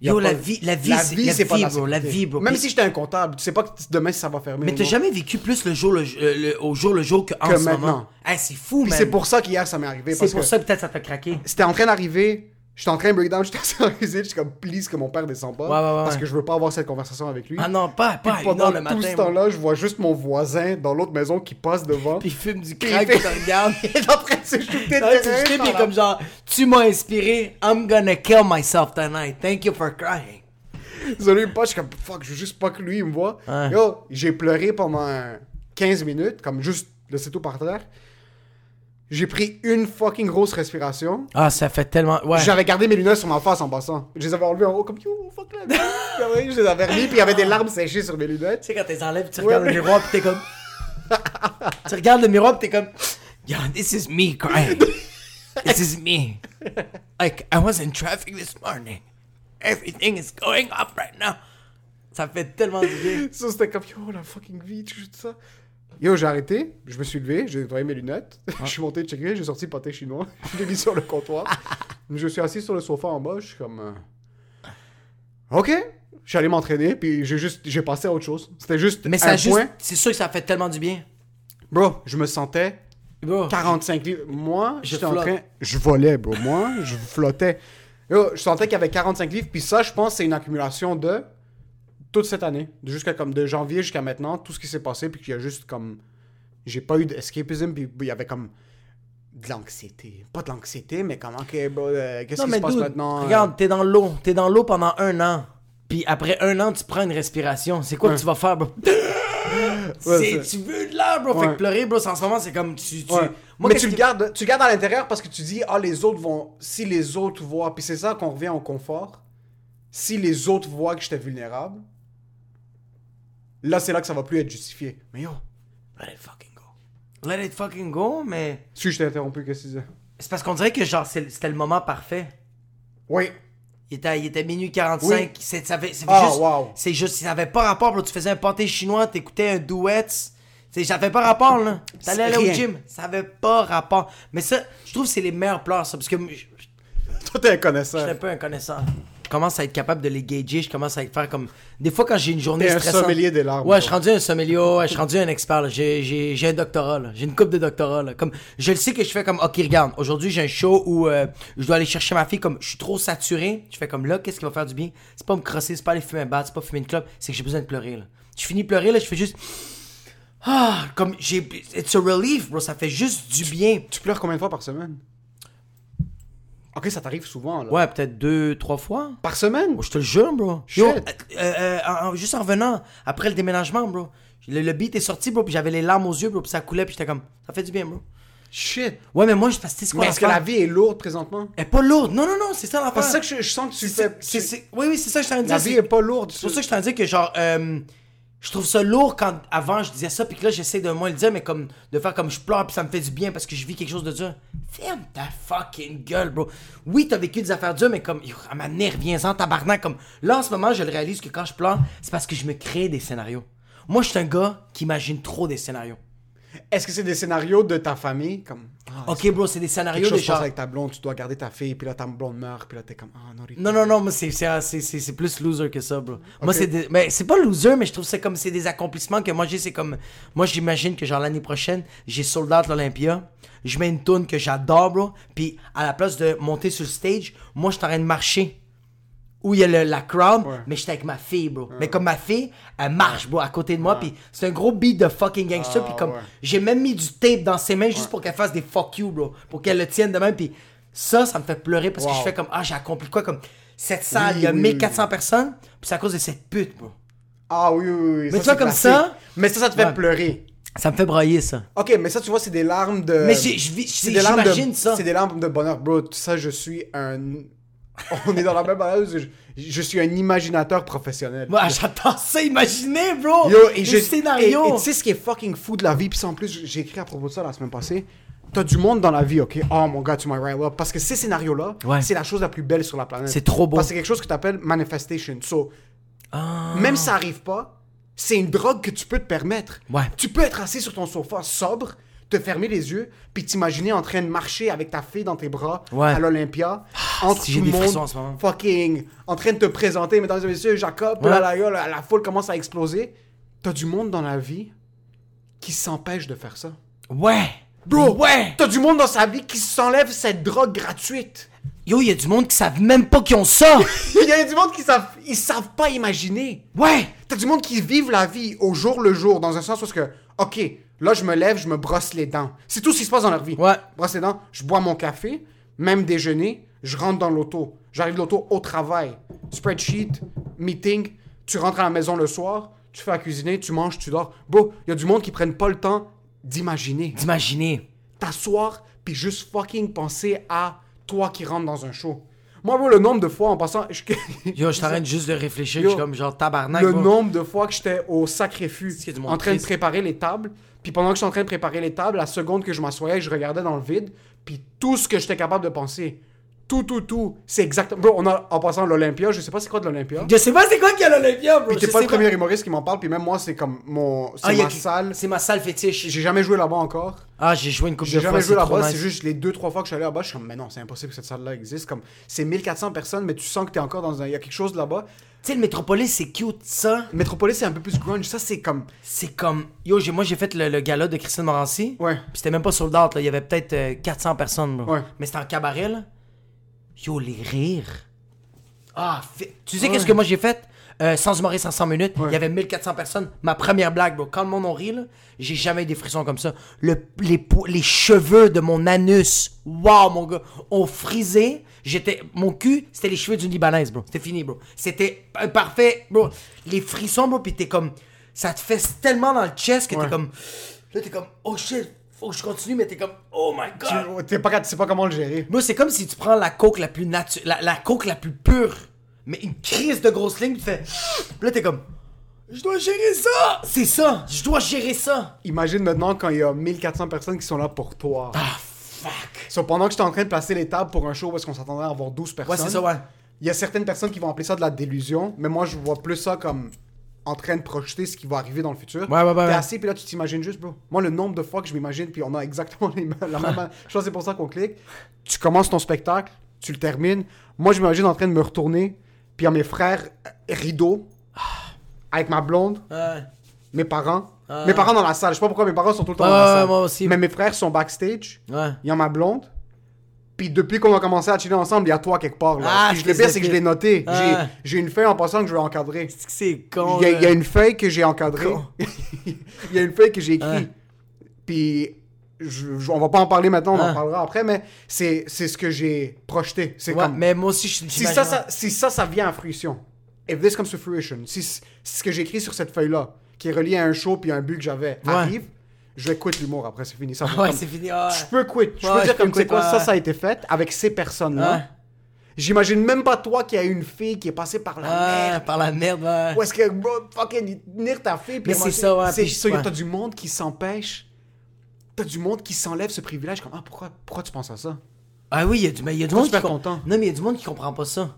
B: Y a
C: Yo,
B: pas-
C: la vie, la vie,
B: la
C: c'est-
B: vie,
C: la
B: c'est pas de
C: vie,
B: la
C: bro, la
B: sécurité.
C: vie, bro.
B: Même
C: Mais-
B: si j'étais un comptable, tu sais pas que t- demain si ça va fermer.
C: Mais
B: ou
C: t'as
B: non.
C: jamais vécu plus le jour, le, euh, le- au jour le jour qu'en
B: Que
C: ce
B: maintenant.
C: moment. Hey, c'est fou,
B: Puis
C: man.
B: c'est pour ça qu'hier ça m'est arrivé.
C: C'est
B: Parce
C: pour
B: que
C: ça, peut-être, ça t'a craqué.
B: C'était en train d'arriver, j'étais en train de breakdown, j'étais assis dans la cuisine, j'étais comme, please que mon père descende pas.
C: Ouais, ouais, ouais.
B: Parce que je veux pas avoir cette conversation avec lui.
C: Ah non, pas,
B: Puis
C: pas, à une
B: pendant
C: heure le
B: tout
C: matin.
B: ce
C: moi.
B: temps-là, je vois juste mon voisin dans l'autre maison qui passe devant.
C: Puis il fume du
B: Puis il
C: crack,
B: fait-
C: puis te regarde.
B: il est en train de se shooter de
C: Ouais, tu
B: terrain
C: sais,
B: dans
C: puis
B: la-
C: comme genre, tu m'as inspiré, I'm gonna kill myself tonight, thank you for crying.
B: Ils ont eu une poche, je suis comme fuck, je veux juste pas que lui il me voit.
C: Ouais.
B: Yo, j'ai pleuré pendant 15 minutes, comme juste laissé tout par terre. J'ai pris une fucking grosse respiration.
C: Ah, ça fait tellement. Ouais.
B: J'avais gardé mes lunettes sur ma face en passant. Je les avais enlevées en haut, comme yo, fuck la merde. je les avais remis, puis il y avait des larmes séchées sur mes lunettes.
C: Tu sais, quand t'es enlèves, tu
B: Ouais.
C: regardes le miroir, pis t'es comme. tu regardes le miroir, pis t'es comme. Yeah, this is me crying. This is me. Like, I was in traffic this morning. Everything is going up right now. Ça fait tellement du bien.
B: Ça, c'était comme yo, la fucking vie, tu joues de ça. Yo, j'ai arrêté, je me suis levé, j'ai nettoyé mes lunettes, je suis monté checker, j'ai sorti le pâté chinois, je l'ai mis sur le comptoir. je suis assis sur le sofa en bas, je suis comme. euh, Ok, je suis allé m'entraîner, puis j'ai juste, j'ai passé à autre chose. C'était juste
C: Mais
B: un
C: ça juste.
B: point.
C: C'est sûr que ça fait tellement du bien.
B: Bro, je me sentais
C: Bro.
B: 45 livres. Moi,
C: Je
B: j'étais en
C: flotte.
B: train. Je volais, bro. Moi, je flottais. Yo, je sentais qu'il y avait 45 livres. Puis ça, je pense, c'est une accumulation de toute cette année. De Jusqu'à comme de janvier jusqu'à maintenant, tout ce qui s'est passé. Puis qu'il y a juste comme. J'ai pas eu d'escapism. Puis il y avait comme. De l'anxiété. Pas de l'anxiété, mais comme, ok, bro, euh, qu'est-ce
C: Non,
B: qui se
C: mais
B: passe
C: dude,
B: maintenant? euh?
C: regarde, t'es dans l'eau. T'es dans l'eau pendant un an. Puis après un an, tu prends une respiration. C'est quoi que tu vas faire, bro? C'est-
B: c'est-
C: tu veux de l'air, bro. Fait
B: Ouais.
C: que pleurer, bro, c'est en ce moment, c'est comme. Tu, tu...
B: Ouais. mais
C: Moi, qu'est-ce
B: tu le
C: qui-
B: gardes, tu le gardes à l'intérieur parce que tu dis, ah, les autres vont. Si les autres voient. Puis c'est ça qu'on revient au confort. Si les autres voient que j'étais vulnérable, là, c'est là que ça va plus être justifié. Mais yo,
C: Let it fucking go. Let it fucking go, mais.
B: si je t'ai interrompu, qu'est-ce que tu disais
C: C'est parce qu'on dirait que genre c'est- c'était le moment parfait.
B: Oui.
C: Il était, il était minuit 45.
B: Oui.
C: C'est, ça fait, ça fait
B: Ah,
C: juste,
B: wow.
C: c'est juste, ça avait pas rapport. bro. Tu faisais un pâté chinois, t'écoutais un duet. C'est, ça fait pas rapport, là. T'allais aller
B: rien.
C: au gym. Ça avait pas rapport. Mais ça, je trouve que c'est les meilleurs pleurs, ça. Parce que moi, je- je-
B: Toi, t'es un
C: j'étais un
B: connaisseur.
C: peu un connaisseur. Je commence à être capable de les gager. Je commence à être faire comme. Des fois, quand j'ai une journée
B: T'es un
C: stressante.
B: sommelier des larmes.
C: Ouais,
B: toi.
C: je suis rendu un sommelier, ouais, je suis rendu un expert. là. J'ai, j'ai, j'ai un doctorat, là. j'ai une coupe de doctorat. Là. Comme, je le sais que je fais comme, ok, regarde, aujourd'hui j'ai un show où euh, je dois aller chercher ma fille, comme je suis trop saturé. Je fais comme là, qu'est-ce qui va faire du bien C'est pas me crosser, c'est pas aller fumer un bat, c'est pas fumer une clope, c'est que j'ai besoin de pleurer. Là. Je finis de pleurer, là, je fais juste. Ah, comme j'ai. It's a relief, bro, ça fait juste du bien.
B: Tu pleures combien de fois par semaine Ok, ça t'arrive souvent, là.
C: Ouais, peut-être deux, trois fois.
B: Par semaine
C: Moi, je te le jure, bro. Yo, euh,
B: Shit.
C: euh, en- en- juste en revenant, après le déménagement, bro, le, le beat est sorti, bro, puis j'avais les larmes aux yeux, bro, puis ça coulait, puis j'étais comme, ça fait du bien, bro.
B: Shit.
C: Ouais, mais moi, je parce que c'est quoi
B: Mais est-ce que la
C: l'affaire?
B: vie est lourde présentement
C: Elle est pas lourde. Non, non, non, c'est ça
B: C'est ça
C: l'affaire.
B: que je, je sens que tu
C: C'est-
B: fais.
C: c'est-
B: tu-
C: c'est- Oui, oui, c'est ça que je t'en dis.
B: La vie est pas lourde.
C: C'est pour ça que je t'en dis que, genre, euh, je trouve ça lourd quand avant je disais ça, puis que là, j'essaie de moins le dire, mais comme de faire comme je pleure, puis ça me fait du bien parce que je vis quelque chose de dur. Ferme ta fucking gueule, bro. Oui, t'as vécu des affaires dures, mais comme, yo, à ma manière, reviens-en, tabarnak. Comme, là, en ce moment, je le réalise que quand je pleure, c'est parce que je me crée des scénarios. Moi, je suis un gars qui imagine trop des scénarios.
B: Est-ce que c'est des scénarios de ta famille comme Ah,
C: Ok, bro, c'est des
B: quelque
C: scénarios
B: chose
C: de
B: se passe
C: genre.
B: avec ta blonde, tu dois garder ta fille, puis là ta blonde meurt, puis là t'es comme ah non.
C: Non, non, non, moi, c'est, c'est, c'est, c'est- c'est plus loser que ça, bro. Moi,
B: Ok.
C: c'est des- mais c'est pas loser, mais je trouve ça comme c'est des accomplissements que moi j'ai. C'est comme. Moi, j'imagine que genre l'année prochaine, j'ai sold out l'Olympia. Je mets une tune que j'adore, bro. Puis à la place de monter sur le stage, moi, je suis en train de marcher. Où il y a le- la crowd,
B: Ouais.
C: mais j'étais avec ma fille, bro. Mais comme ma fille, elle marche, bro, à côté de moi. Puis c'est un gros beat de fucking gangster.
B: Ah,
C: puis comme.
B: ouais.
C: J'ai même mis du tape dans ses mains juste pour qu'elle fasse des fuck you, bro. Pour qu'elle le tienne de même. Puis ça, ça me fait pleurer parce que
B: Wow.
C: je fais comme, ah, j'ai accompli quoi? Comme 700, il y a
B: Oui, oui,
C: 1400 personnes. Puis c'est à cause de cette pute, bro.
B: Ah oui oui oui.
C: Mais tu
B: c'est
C: vois, comme
B: classique.
C: ça-
B: Mais ça ça te fait
C: Ouais.
B: pleurer.
C: Ça me fait brailler, ça.
B: Ok, mais ça tu vois c'est des larmes de.
C: Mais j'ai- je vis-
B: C'est
C: j'ai-
B: des larmes de-
C: j'imagine ça.
B: C'est des larmes de bonheur, bro. Ça je suis un. On est dans la même balade. Je, je suis un imaginateur professionnel.
C: Moi, j'attends ça, imaginez, bro!
B: Yo, et
C: Les
B: je- et-
C: scénarios!
B: et tu sais ce qui est fucking fou de la vie, puis ça, en plus, j- j'ai écrit à propos de ça la semaine passée. T'as du monde dans la vie, ok? Oh mon gars, tu m'as right up. Parce que ces scénarios-là,
C: Ouais.
B: c'est la chose la plus belle sur la planète.
C: C'est trop beau.
B: Parce que c'est quelque chose que t'appelles manifestation. So,
C: Ah.
B: même si ça arrive pas, c'est une drogue que tu peux te permettre.
C: Ouais.
B: Tu peux être assis sur ton sofa sobre, te fermer les yeux, puis t'imaginer en train de marcher avec ta fille dans tes bras
C: Ouais.
B: à l'Olympia, entre
C: si j'ai
B: tout le
C: des
B: monde,
C: frissons en ce moment.
B: fucking, en train de te présenter, mesdames et messieurs, Jacob,
C: Ouais.
B: là, là, là, la, la foule commence à exploser. T'as du monde dans la vie qui s'empêche de faire ça.
C: Ouais!
B: Bro,
C: Ouais!
B: T'as du monde dans sa vie qui s'enlève cette drogue gratuite.
C: Yo, il y a du monde qui savent même pas qu'ils ont ça!
B: Il y a du monde qui savent, ils savent pas imaginer.
C: ouais!
B: T'as du monde qui vivent la vie au jour le jour, dans un sens où est-ce que, ok, là je me lève, je me brosse les dents. C'est tout ce qui se passe dans leur vie.
C: Ouais.
B: Brosse les dents, je bois mon café, même déjeuner, je rentre dans l'auto. J'arrive de l'auto au travail. Spreadsheet,
D: meeting, tu rentres à la maison le soir, tu fais à cuisiner, tu manges, tu dors. Bon, il y a du monde qui prennent pas le temps d'imaginer.
C: D'imaginer.
D: T'asseoir, puis juste fucking penser à toi qui rentres dans un show. Moi, bro, le nombre de fois en passant, je-
C: Yo, je t'arrête juste de réfléchir,
D: Yo,
C: je suis comme genre tabarnak.
D: le
C: bro.
D: nombre de fois que j'étais au sacrifice
C: Est-ce qu'il y a du monde
D: en train de
C: triste?
D: préparer les tables. Puis pendant que je suis en train de préparer les tables, la seconde que je m'assoyais, je regardais dans le vide. Puis tout ce que j'étais capable de penser, tout, tout, tout, c'est exactement. Bro, on a en passant l'Olympia, je sais pas c'est quoi de l'Olympia.
C: Je sais pas c'est quoi qu'il y a à l'Olympia, bro.
B: Puis t'es
C: je
B: pas
C: sais
B: le premier humoriste qui m'en parle, puis même moi, c'est comme mon. C'est
C: Ah, il y
B: ma
C: a-
B: salle.
C: C'est ma salle fétiche.
B: J'ai jamais joué là-bas encore.
C: Ah, j'ai joué une coupe
B: J'ai
C: de fois,
B: jamais
C: c'est
B: joué
C: trop
B: là-bas,
C: nice.
B: c'est juste les deux, trois fois que je suis allé là-bas, je suis comme, mais non, c'est impossible que cette salle-là existe. Comme, c'est 1400 personnes, mais tu sens que t'es encore dans un. Il y a quelque chose là-bas.
C: Tu sais, le Métropolis, c'est cute, ça.
B: Métropolis, c'est un peu plus grunge. Ça, c'est comme.
C: C'est comme... Yo, j'ai- moi, j'ai fait le, le gala de Christine Morancy.
B: Ouais.
C: Puis c'était même pas sold out, là. Il y avait peut-être euh, 400 personnes, bro.
B: Ouais.
C: Mais c'était en cabaret, là. Yo, les rires. Ah, fi- tu sais qu'est-ce que moi j'ai fait? Euh, sans humoriste en 100 minutes, il y avait 1400 personnes. Ma première blague, bro. Quand le monde en rit, là, j'ai jamais eu des frissons comme ça. Le, les, po- les cheveux de mon anus, waouh, mon gars, ont frisé. J'étais, mon cul, c'était les cheveux d'une Libanaise, bro. C'était fini, bro. C'était pa- parfait, bro. Les frissons, bro, pis t'es comme, ça te fait tellement dans le chest que t'es comme, là, t'es comme, oh shit, faut que je continue, mais t'es comme, oh my god.
B: Tu t'es pas, tu sais pas comment le gérer.
C: Moi, c'est comme si tu prends la coke la plus nature, la, la coke la plus pure, mais une crise de grosse ligne, tu fais. Puis là, t'es comme. Je dois gérer ça! C'est ça! Je dois gérer ça!
B: Imagine maintenant quand il y a 1400 personnes qui sont là pour toi.
C: Ah, fuck!
B: So, pendant que j'étais en train de placer les tables pour un show parce qu'on s'attendrait à avoir 12 personnes.
C: Ouais, c'est ça, ouais.
B: Il y a certaines personnes qui vont appeler ça de la délusion, mais moi je vois plus ça comme en train de projeter ce qui va arriver dans le futur.
C: Ouais, ouais, ouais,
B: T'es
C: ouais.
B: assis, puis là tu t'imagines juste, bro. Moi, le nombre de fois que je m'imagine, puis on a exactement les mêmes- la même. je pense que c'est pour ça qu'on clique. Tu commences ton spectacle, tu le termines. Moi, je m'imagine en train de me retourner, puis à mes frères, euh, rideau, avec ma blonde,
C: Ouais.
B: mes parents. Mes parents dans la salle. Je sais pas pourquoi mes parents sont tout le temps
C: Ah. Ouais,
B: dans la
C: ouais,
B: salle.
C: moi aussi.
B: Mais mes frères sont backstage.
C: Ouais.
B: Il y a ma blonde. Puis depuis qu'on a commencé à chiller ensemble, il y a toi quelque part. Là.
C: Ah,
B: Puis
C: je
B: le
C: les
B: pire,
C: ai
B: c'est que
C: fait.
B: je l'ai noté.
C: Ah.
B: J'ai- J'ai une feuille en passant que je vais encadrer.
C: C'est que c'est con. euh?
B: Il y, a, il y a
C: là.
B: une feuille que j'ai encadrée.
C: Con.
B: il y a une feuille que j'ai écrite. Puis je, je- on va pas en parler maintenant, on en
C: Ah.
B: parlera après, mais c'est c'est ce que j'ai projeté. C'est
C: Ouais,
B: comme...
C: mais moi aussi, je
B: Si ça, ça, si ça, ça vient à fruition, if this comes to fruition, si c- ce que j'écris sur cette feuille-là, qui est relié à un show puis à un but que j'avais,
C: Ouais.
B: arrive, je vais quitter l'humour après, c'est fini. Ça, va
C: Ouais,
B: comme-
C: c'est fini. ouais.
B: Je peux quitter. Je
C: Ouais,
B: peux
C: je
B: dire
C: peux
B: comme, tu sais
C: quit,
B: quoi,
C: ouais.
B: ça, ça a été fait avec ces personnes-là.
C: Ouais.
B: J'imagine même pas toi qui as eu une fille qui est passée par la
C: Ouais,
B: mer.
C: par la merde, ouais.
B: Ou est-ce que, bro, fucking, venir ta fille. puis
C: Mais
B: elle
C: c'est
B: mange-
C: ça, ouais,
B: C'est
C: puis-
B: ça, y a-
C: ouais.
B: t'as du monde qui s'empêche. T'as du monde qui s'enlève ce privilège. Comme, ah, pourquoi, pourquoi tu penses à ça?
C: Ah oui, il y a du, mais il y a du
B: Pourquoi
C: monde
B: tu
C: qui
B: fais
C: com-
B: content?
C: Non, mais il y a du monde qui comprend pas ça.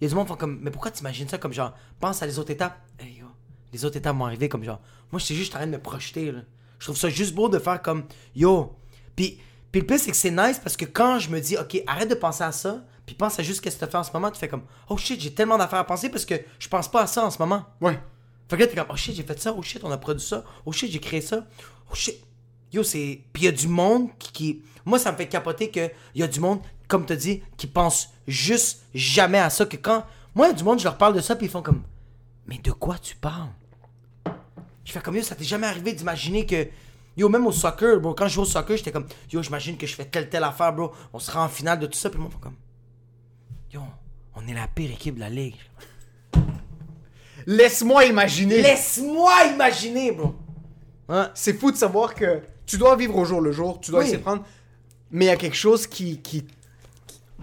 C: Il y a du monde qui font comme mais pourquoi t'imagines ça comme genre pense à les autres étapes. Hey, yo, les autres étapes vont arriver comme genre moi j'étais juste en train de me projeter là. Je trouve ça juste beau de faire comme yo. Puis puis le pire c'est que c'est nice parce que quand je me dis OK, arrête de penser à ça, puis pense à juste qu'est-ce que tu fais en ce moment, tu fais comme oh shit, j'ai tellement d'affaires à penser parce que je pense pas à ça en ce moment.
B: Ouais.
C: Fait que là, t'es comme, oh shit, j'ai fait ça, oh shit, on a produit ça, oh shit, j'ai créé ça, oh shit. Yo, c'est. Puis y a du monde qui, qui- Moi, ça me fait capoter que y a du monde, comme t'as dit, qui pense juste jamais à ça. Que quand. Moi, y a du monde, je leur parle de ça, puis ils font comme, mais de quoi tu parles? Je fais comme, yo, ça t'est jamais arrivé d'imaginer que. Yo, même au soccer, bro, quand je joue au soccer, j'étais comme, yo, j'imagine que je fais telle, telle affaire, bro, on sera en finale de tout ça, puis le monde fait comme, yo, on est la pire équipe de la ligue.
B: Laisse-moi imaginer.
C: Laisse-moi imaginer, bro! Ouais.
B: c'est fou de savoir que tu dois vivre au jour le jour, tu dois
C: Oui.
B: essayer de prendre. Mais il y a quelque chose qui, qui,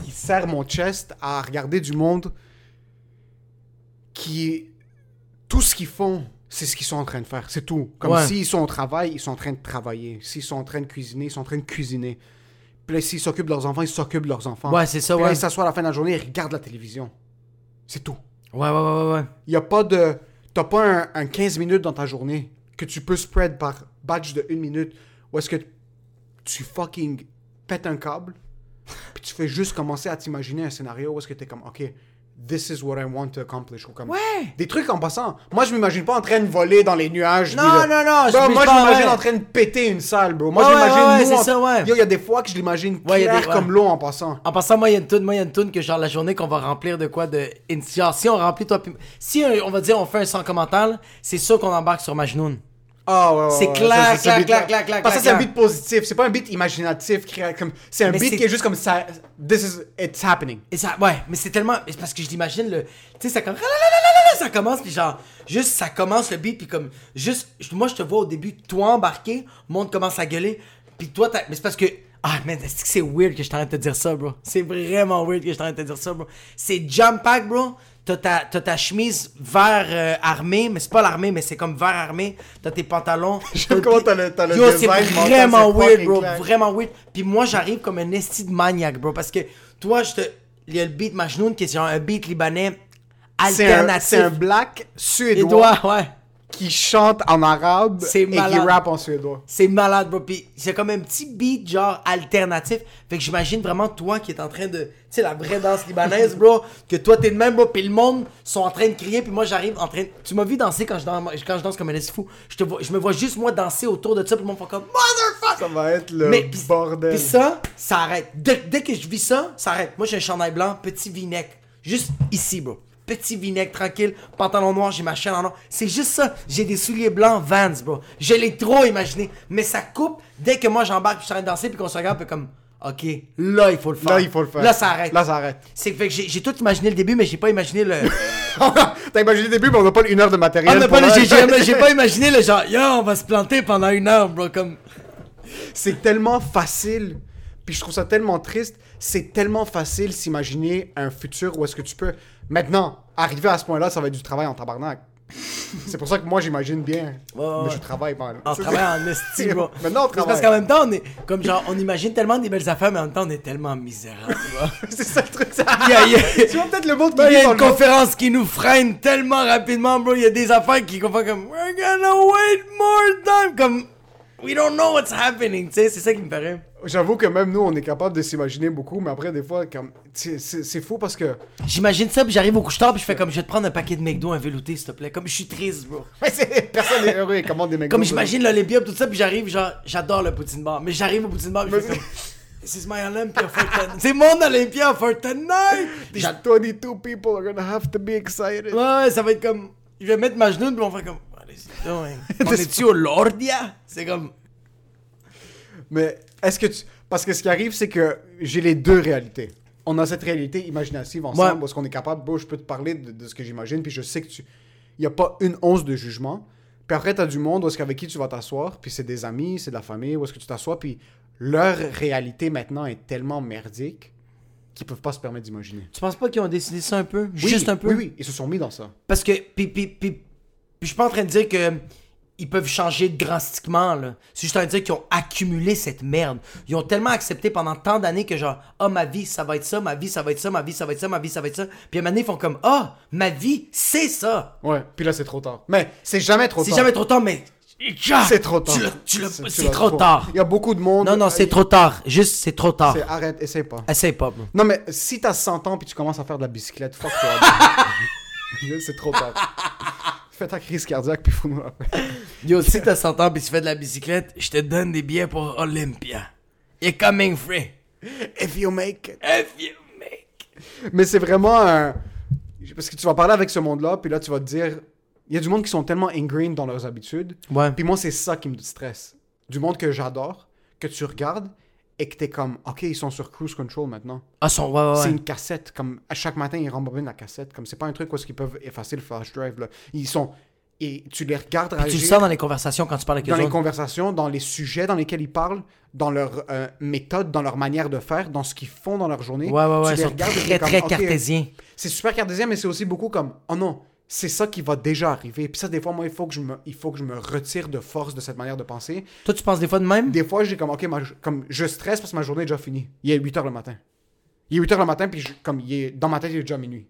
B: qui serre mon chest à regarder du monde qui. Tout ce qu'ils font, c'est ce qu'ils sont en train de faire, c'est tout. Comme
C: Ouais.
B: s'ils sont au travail, ils sont en train de travailler. S'ils sont en train de cuisiner, ils sont en train de cuisiner. Puis là, s'ils s'occupent de leurs enfants, ils s'occupent de leurs enfants.
C: Ouais, c'est ça,
B: Puis là,
C: ouais.
B: ils s'assoient à la fin de la journée, ils regardent la télévision. C'est tout.
C: Ouais, ouais, ouais, ouais, ouais.
B: Il n'y a pas de. T'as pas un, un 15 minutes dans ta journée que tu peux spread par batch de 1 minute où est-ce que tu fucking pètes un câble puis tu fais juste commencer à t'imaginer un scénario où est-ce que t'es comme, OK, this is what I want to accomplish. Ou comme,
C: Ouais.
B: Des trucs en passant. Moi, je m'imagine pas en train de voler dans les nuages.
C: Non,
B: puis de-
C: non, non, je
B: Bro,
C: dis
B: moi, je
C: pas,
B: m'imagine
C: ouais.
B: en train de péter une salle, bro. Moi,
C: Ouais, ouais,
B: j'imagine.
C: ouais, ouais,
B: nous,
C: c'est
B: en-
C: ça, ouais.
B: Yo, il y a des fois que je l'imagine
C: Ouais, il y a
B: clair
C: des- ouais.
B: comme l'eau en passant.
C: En passant, moi, il y a une toune, moi, il y a une toune que genre la journée qu'on va remplir de quoi de. Genre, si on remplit toi. puis- Si euh, on va dire on fait un 100 commentaires, là, c'est sûr qu'on embarque sur Majnoun.
B: Ah ouais, ouais,
C: C'est
B: ouais,
C: clair,
B: ça, c'est ce
C: clair,
B: beat-là.
C: clair, clair, clair,
B: Parce que ça, c'est un
C: clair.
B: beat positif, c'est pas un beat imaginatif, créa- comme c'est un
C: Mais
B: beat
C: c'est-
B: qui est juste comme ça. This is it's happening.
C: Et ça, ouais, mais c'est tellement. mais c'est parce que je l'imagine le. Tu sais, ça comme. la, la, la, la, la, ça commence, puis genre, juste, ça commence le beat, puis comme, juste, je- moi, je te vois au début, toi embarqué, le monde commence à gueuler, puis toi, t'as- mais c'est parce que, ah, man, est-ce que c'est weird que je t'arrête de te dire ça, bro? C'est vraiment weird que je t'arrête de te dire ça, bro. C'est jump pack, bro. T'as ta, t'as ta chemise vert euh, armé, mais c'est pas l'armée, mais c'est comme vert armé. T'as tes pantalons.
E: J'aime comment t'as le- t'as le
C: Yo, c'est
E: design mental,
C: vraiment
E: c'est
C: weird,
E: fucking
C: bro.
E: clair.
C: Vraiment weird. Puis moi, j'arrive comme un esti de maniaque, bro. Parce que toi, je te. Il y a le beat Majnoun qui est genre un beat libanais
E: C'est un-
C: alternatif.
E: C'est un black
C: Les
E: suédois
C: doigts, ouais.
E: qui chante en arabe
C: C'est
E: et qui
C: malade.
E: rappe en suédois.
C: C'est malade, bro. Puis c'est comme un petit beat, genre, alternatif. Fait que j'imagine vraiment toi qui est en train de. Tu sais, la vraie danse libanaise, bro. Que toi, t'es de même, bro. Puis le monde sont en train de crier. Puis moi, j'arrive en train. Tu m'as vu danser quand je danse, quand je danse comme un esti fou. Je, te vois, je me vois juste moi danser autour de ça. Puis le monde fait comme. Motherfucker!
E: Ça va être le
C: Mais pis-
E: bordel.
C: Puis ça, ça arrête. Dès, dès que je vis ça, ça arrête. Moi, j'ai un chandail blanc, petit vinec. Juste ici, bro. Petit vinec tranquille, pantalon noir, j'ai ma chaîne en or. C'est juste ça. J'ai des souliers blancs Vans, bro. Je l'ai trop imaginé. Mais ça coupe dès que moi j'embarque, puis je suis en train de danser, puis qu'on se regarde, puis comme, OK, là, il faut le faire.
E: Là, il faut le faire.
C: Là, ça arrête.
E: Là, ça arrête.
C: C'est fait que j'ai j'ai tout imaginé le début, mais j'ai pas imaginé le.
E: T'as imaginé le début, mais on n'a pas une heure de matériel.
C: Ah, mais
E: pour
C: pas le-
E: l'heure.
C: j'ai- j'ai j'ai pas imaginé le genre, yo, on va se planter pendant une heure, bro. Comme.
E: C'est
B: tellement facile. Puis je trouve ça tellement triste. C'est tellement facile s'imaginer un futur où est-ce que tu peux. Maintenant, arriver à ce point-là, ça va être du travail en tabarnak. c'est pour ça que moi, j'imagine bien.
C: Ouais, ouais,
B: Mais je
C: ouais.
B: travaille pas. là.
C: En
B: Ça,
C: travaillant en esti, bro.
B: Maintenant, on
C: C'est
B: travaille.
C: Parce qu'en même temps, on est comme genre, on imagine tellement des belles affaires, mais en même temps, on est tellement misérables, bro.
B: c'est- c'est ça le truc. ça.
C: Il y a, il y a-
B: tu vois peut-être le monde qui
C: il y
B: vit
C: a
B: dans
C: une
B: le monde.
C: conférence qui nous freine tellement rapidement, bro. Il y a des affaires qui font comme, we're gonna wait more time. Comme, we don't know what's happening, tu sais. C'est ça qui me paraît.
B: J'avoue que même nous, on est capable de s'imaginer beaucoup, mais après, des fois, comme... c'est c'est- c'est fou parce que.
C: J'imagine ça, puis j'arrive au couche-tard, puis je fais comme, je vais te prendre un paquet de McDo, un velouté, s'il te plaît. Comme, je suis triste, bro.
B: Mais c'est- Personne n'est heureux et commande des mecs.
C: Comme j'imagine l'Olympia tout ça, puis j'arrive, genre, j'adore le poutine bar, mais j'arrive au poutine bar, puis je fais comme, This is my Olympia for tonight. C'est mon Olympia for tonight!
B: These
C: J'ad-
B: 22 people are gonna have to be excited.
C: Ouais, ouais, ça va être comme, je vais mettre ma genoune, puis on va faire comme, What is he doing? On est-tu au Lordia? C'est comme,
B: Mais est-ce que tu. Parce que ce qui arrive, c'est que j'ai les deux réalités. On a cette réalité imaginative ensemble
C: Ouais.
B: parce qu'on est capable. Bon, je peux te parler de, de ce que j'imagine, puis je sais que tu. Il n'y a pas une once de jugement. Puis après, tu as du monde où est-ce qu'avec qui tu vas t'asseoir, puis c'est des amis, c'est de la famille, où est-ce que tu t'assois, puis leur réalité maintenant est tellement merdique qu'ils peuvent pas se permettre d'imaginer.
C: tu penses pas qu'ils ont décidé ça un peu?
B: Oui,
C: Juste un peu?
B: Oui, oui, ils se sont mis dans ça.
C: Parce que, puis, puis, puis, puis je suis pas en train de dire que euh, ils peuvent changer drastiquement, là. C'est juste en train de dire qu'ils ont accumulé cette merde. Ils ont tellement accepté pendant tant d'années que genre, ah, ma vie, ça va être ça, ma vie, ça va être ça, ma vie, ça va être ça, ma vie, ça va être ça. Puis à un moment donné, ils font comme, ah, ma vie, c'est ça.
B: Ouais, puis là, c'est trop tard. Mais c'est jamais trop
C: C'est
B: tard.
C: jamais trop tard, mais...
B: C'est trop tard.
C: Tu l'as- tu l'as-
B: tu
C: C'est
B: l'as
C: trop tard.
B: Il y a beaucoup de monde.
C: Non, non, c'est trop tard. Juste, c'est trop tard.
B: C'est- Arrête, essaye pas.
C: Essaye pas, bro.
B: Non, mais si t'as 100 ans puis tu commences à faire de la bicyclette, fuck toi. c'est trop tard. Fais ta crise cardiaque puis fous-nous la paix.
C: Yo, si t'as 100 ans pis tu fais de la bicyclette, je te donne des billets pour Olympia. You're coming free.
B: If you make it.
C: If you make...
B: Mais c'est vraiment un. Parce que tu vas parler avec ce monde-là, puis là, tu vas te dire. Il y a du monde qui sont tellement ingrained dans leurs habitudes.
C: Ouais.
B: Puis moi, c'est ça qui me stresse. Du monde que j'adore, que tu regardes et que t'es comme, OK, ils sont sur cruise control maintenant.
C: Ah, son... Ouais, ouais, ouais.
B: C'est une cassette. Comme à chaque matin, ils rembobinent la cassette. Comme c'est pas un truc où est-ce qu'ils peuvent effacer le flash drive. Là. Ils sont. Et tu les regardes
C: Tu le
B: réagir.
C: sens dans les conversations quand tu parles avec
B: dans
C: eux
B: les
C: autres.
B: conversations, dans les sujets dans lesquels ils parlent, dans leur euh, méthode, dans leur manière de faire, dans ce qu'ils font dans leur journée.
C: Ouais, ouais,
B: Tu
C: ouais, ils
B: les
C: sont
B: regardes et
C: très,
B: t'es comme,
C: très
B: Ok,
C: cartésiens.
B: C'est super cartésien, mais c'est aussi beaucoup comme oh non, c'est ça qui va déjà arriver. Puis ça, des fois, moi, il faut que je me, il faut que je me retire de force de cette manière de penser.
C: Toi, tu penses des fois de même?
B: Des fois, j'ai comme ok, ma- comme je stresse parce que ma journée est déjà finie. Il est 8 h le matin. Il est 8 h le matin, puis je- comme il est dans ma tête, il est déjà minuit.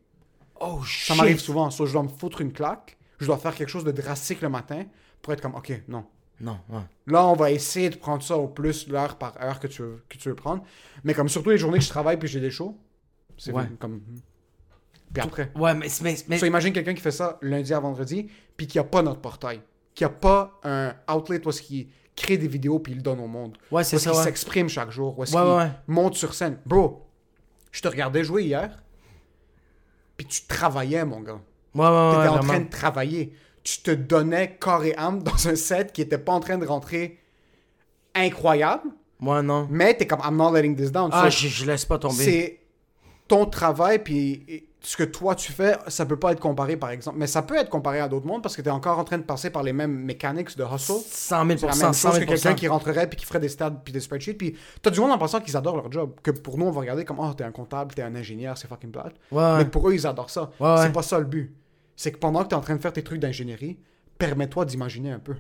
C: Oh,
B: Ça m'arrive souvent. Soit je dois me foutre une claque, je dois faire quelque chose de drastique le matin pour être comme ok, non,
C: Non, ouais.
B: Là, on va essayer de prendre ça au plus l'heure par heure que tu, veux, que tu veux prendre. Mais comme surtout les journées que je travaille puis j'ai des shows, c'est
C: Ouais.
B: comme... hmm. Puis après.
C: Ouais, mais... mais, mais-
B: So, imagine quelqu'un qui fait ça lundi à vendredi puis qui a pas notre portail. Qui a pas un outlet où est-ce qu'il crée des vidéos puis il le donne au monde.
C: Ouais, c'est
B: Où est-ce
C: ça,
B: qu'il
C: ouais.
B: s'exprime chaque jour. Où est-ce
C: Ouais,
B: qu'il
C: ouais, ouais.
B: monte sur scène. Bro, je te regardais jouer hier puis tu travaillais, mon gars.
C: Ouais, ouais, ouais,
B: T'étais en
C: vraiment.
B: train de travailler. Tu te donnais corps et âme dans un set qui était pas en train de rentrer incroyable,
C: Ouais, non.
B: mais t'es comme I'm not letting this down.
C: Ah,
B: So,
C: je, je laisse pas tomber.
B: c'est ton travail, puis ce que toi tu fais, ça peut pas être comparé par exemple. Mais ça peut être comparé à d'autres mondes parce que tu es encore en train de passer par les mêmes mécaniques de hustle.
C: 100 000
B: C'est la
C: 100
B: même
C: 000
B: chose que quelqu'un qui rentrerait puis qui ferait des stats puis des spreadsheets. Puis t'as du monde en pensant qu'ils adorent leur job. Que pour nous, on va regarder comme Oh, t'es un comptable, t'es un ingénieur, c'est fucking plate.
C: Ouais, ouais.
B: Mais pour eux, ils adorent ça.
C: Ouais, ouais.
B: C'est pas ça le but. C'est que pendant que t'es en train de faire tes trucs d'ingénierie, permets-toi d'imaginer un peu.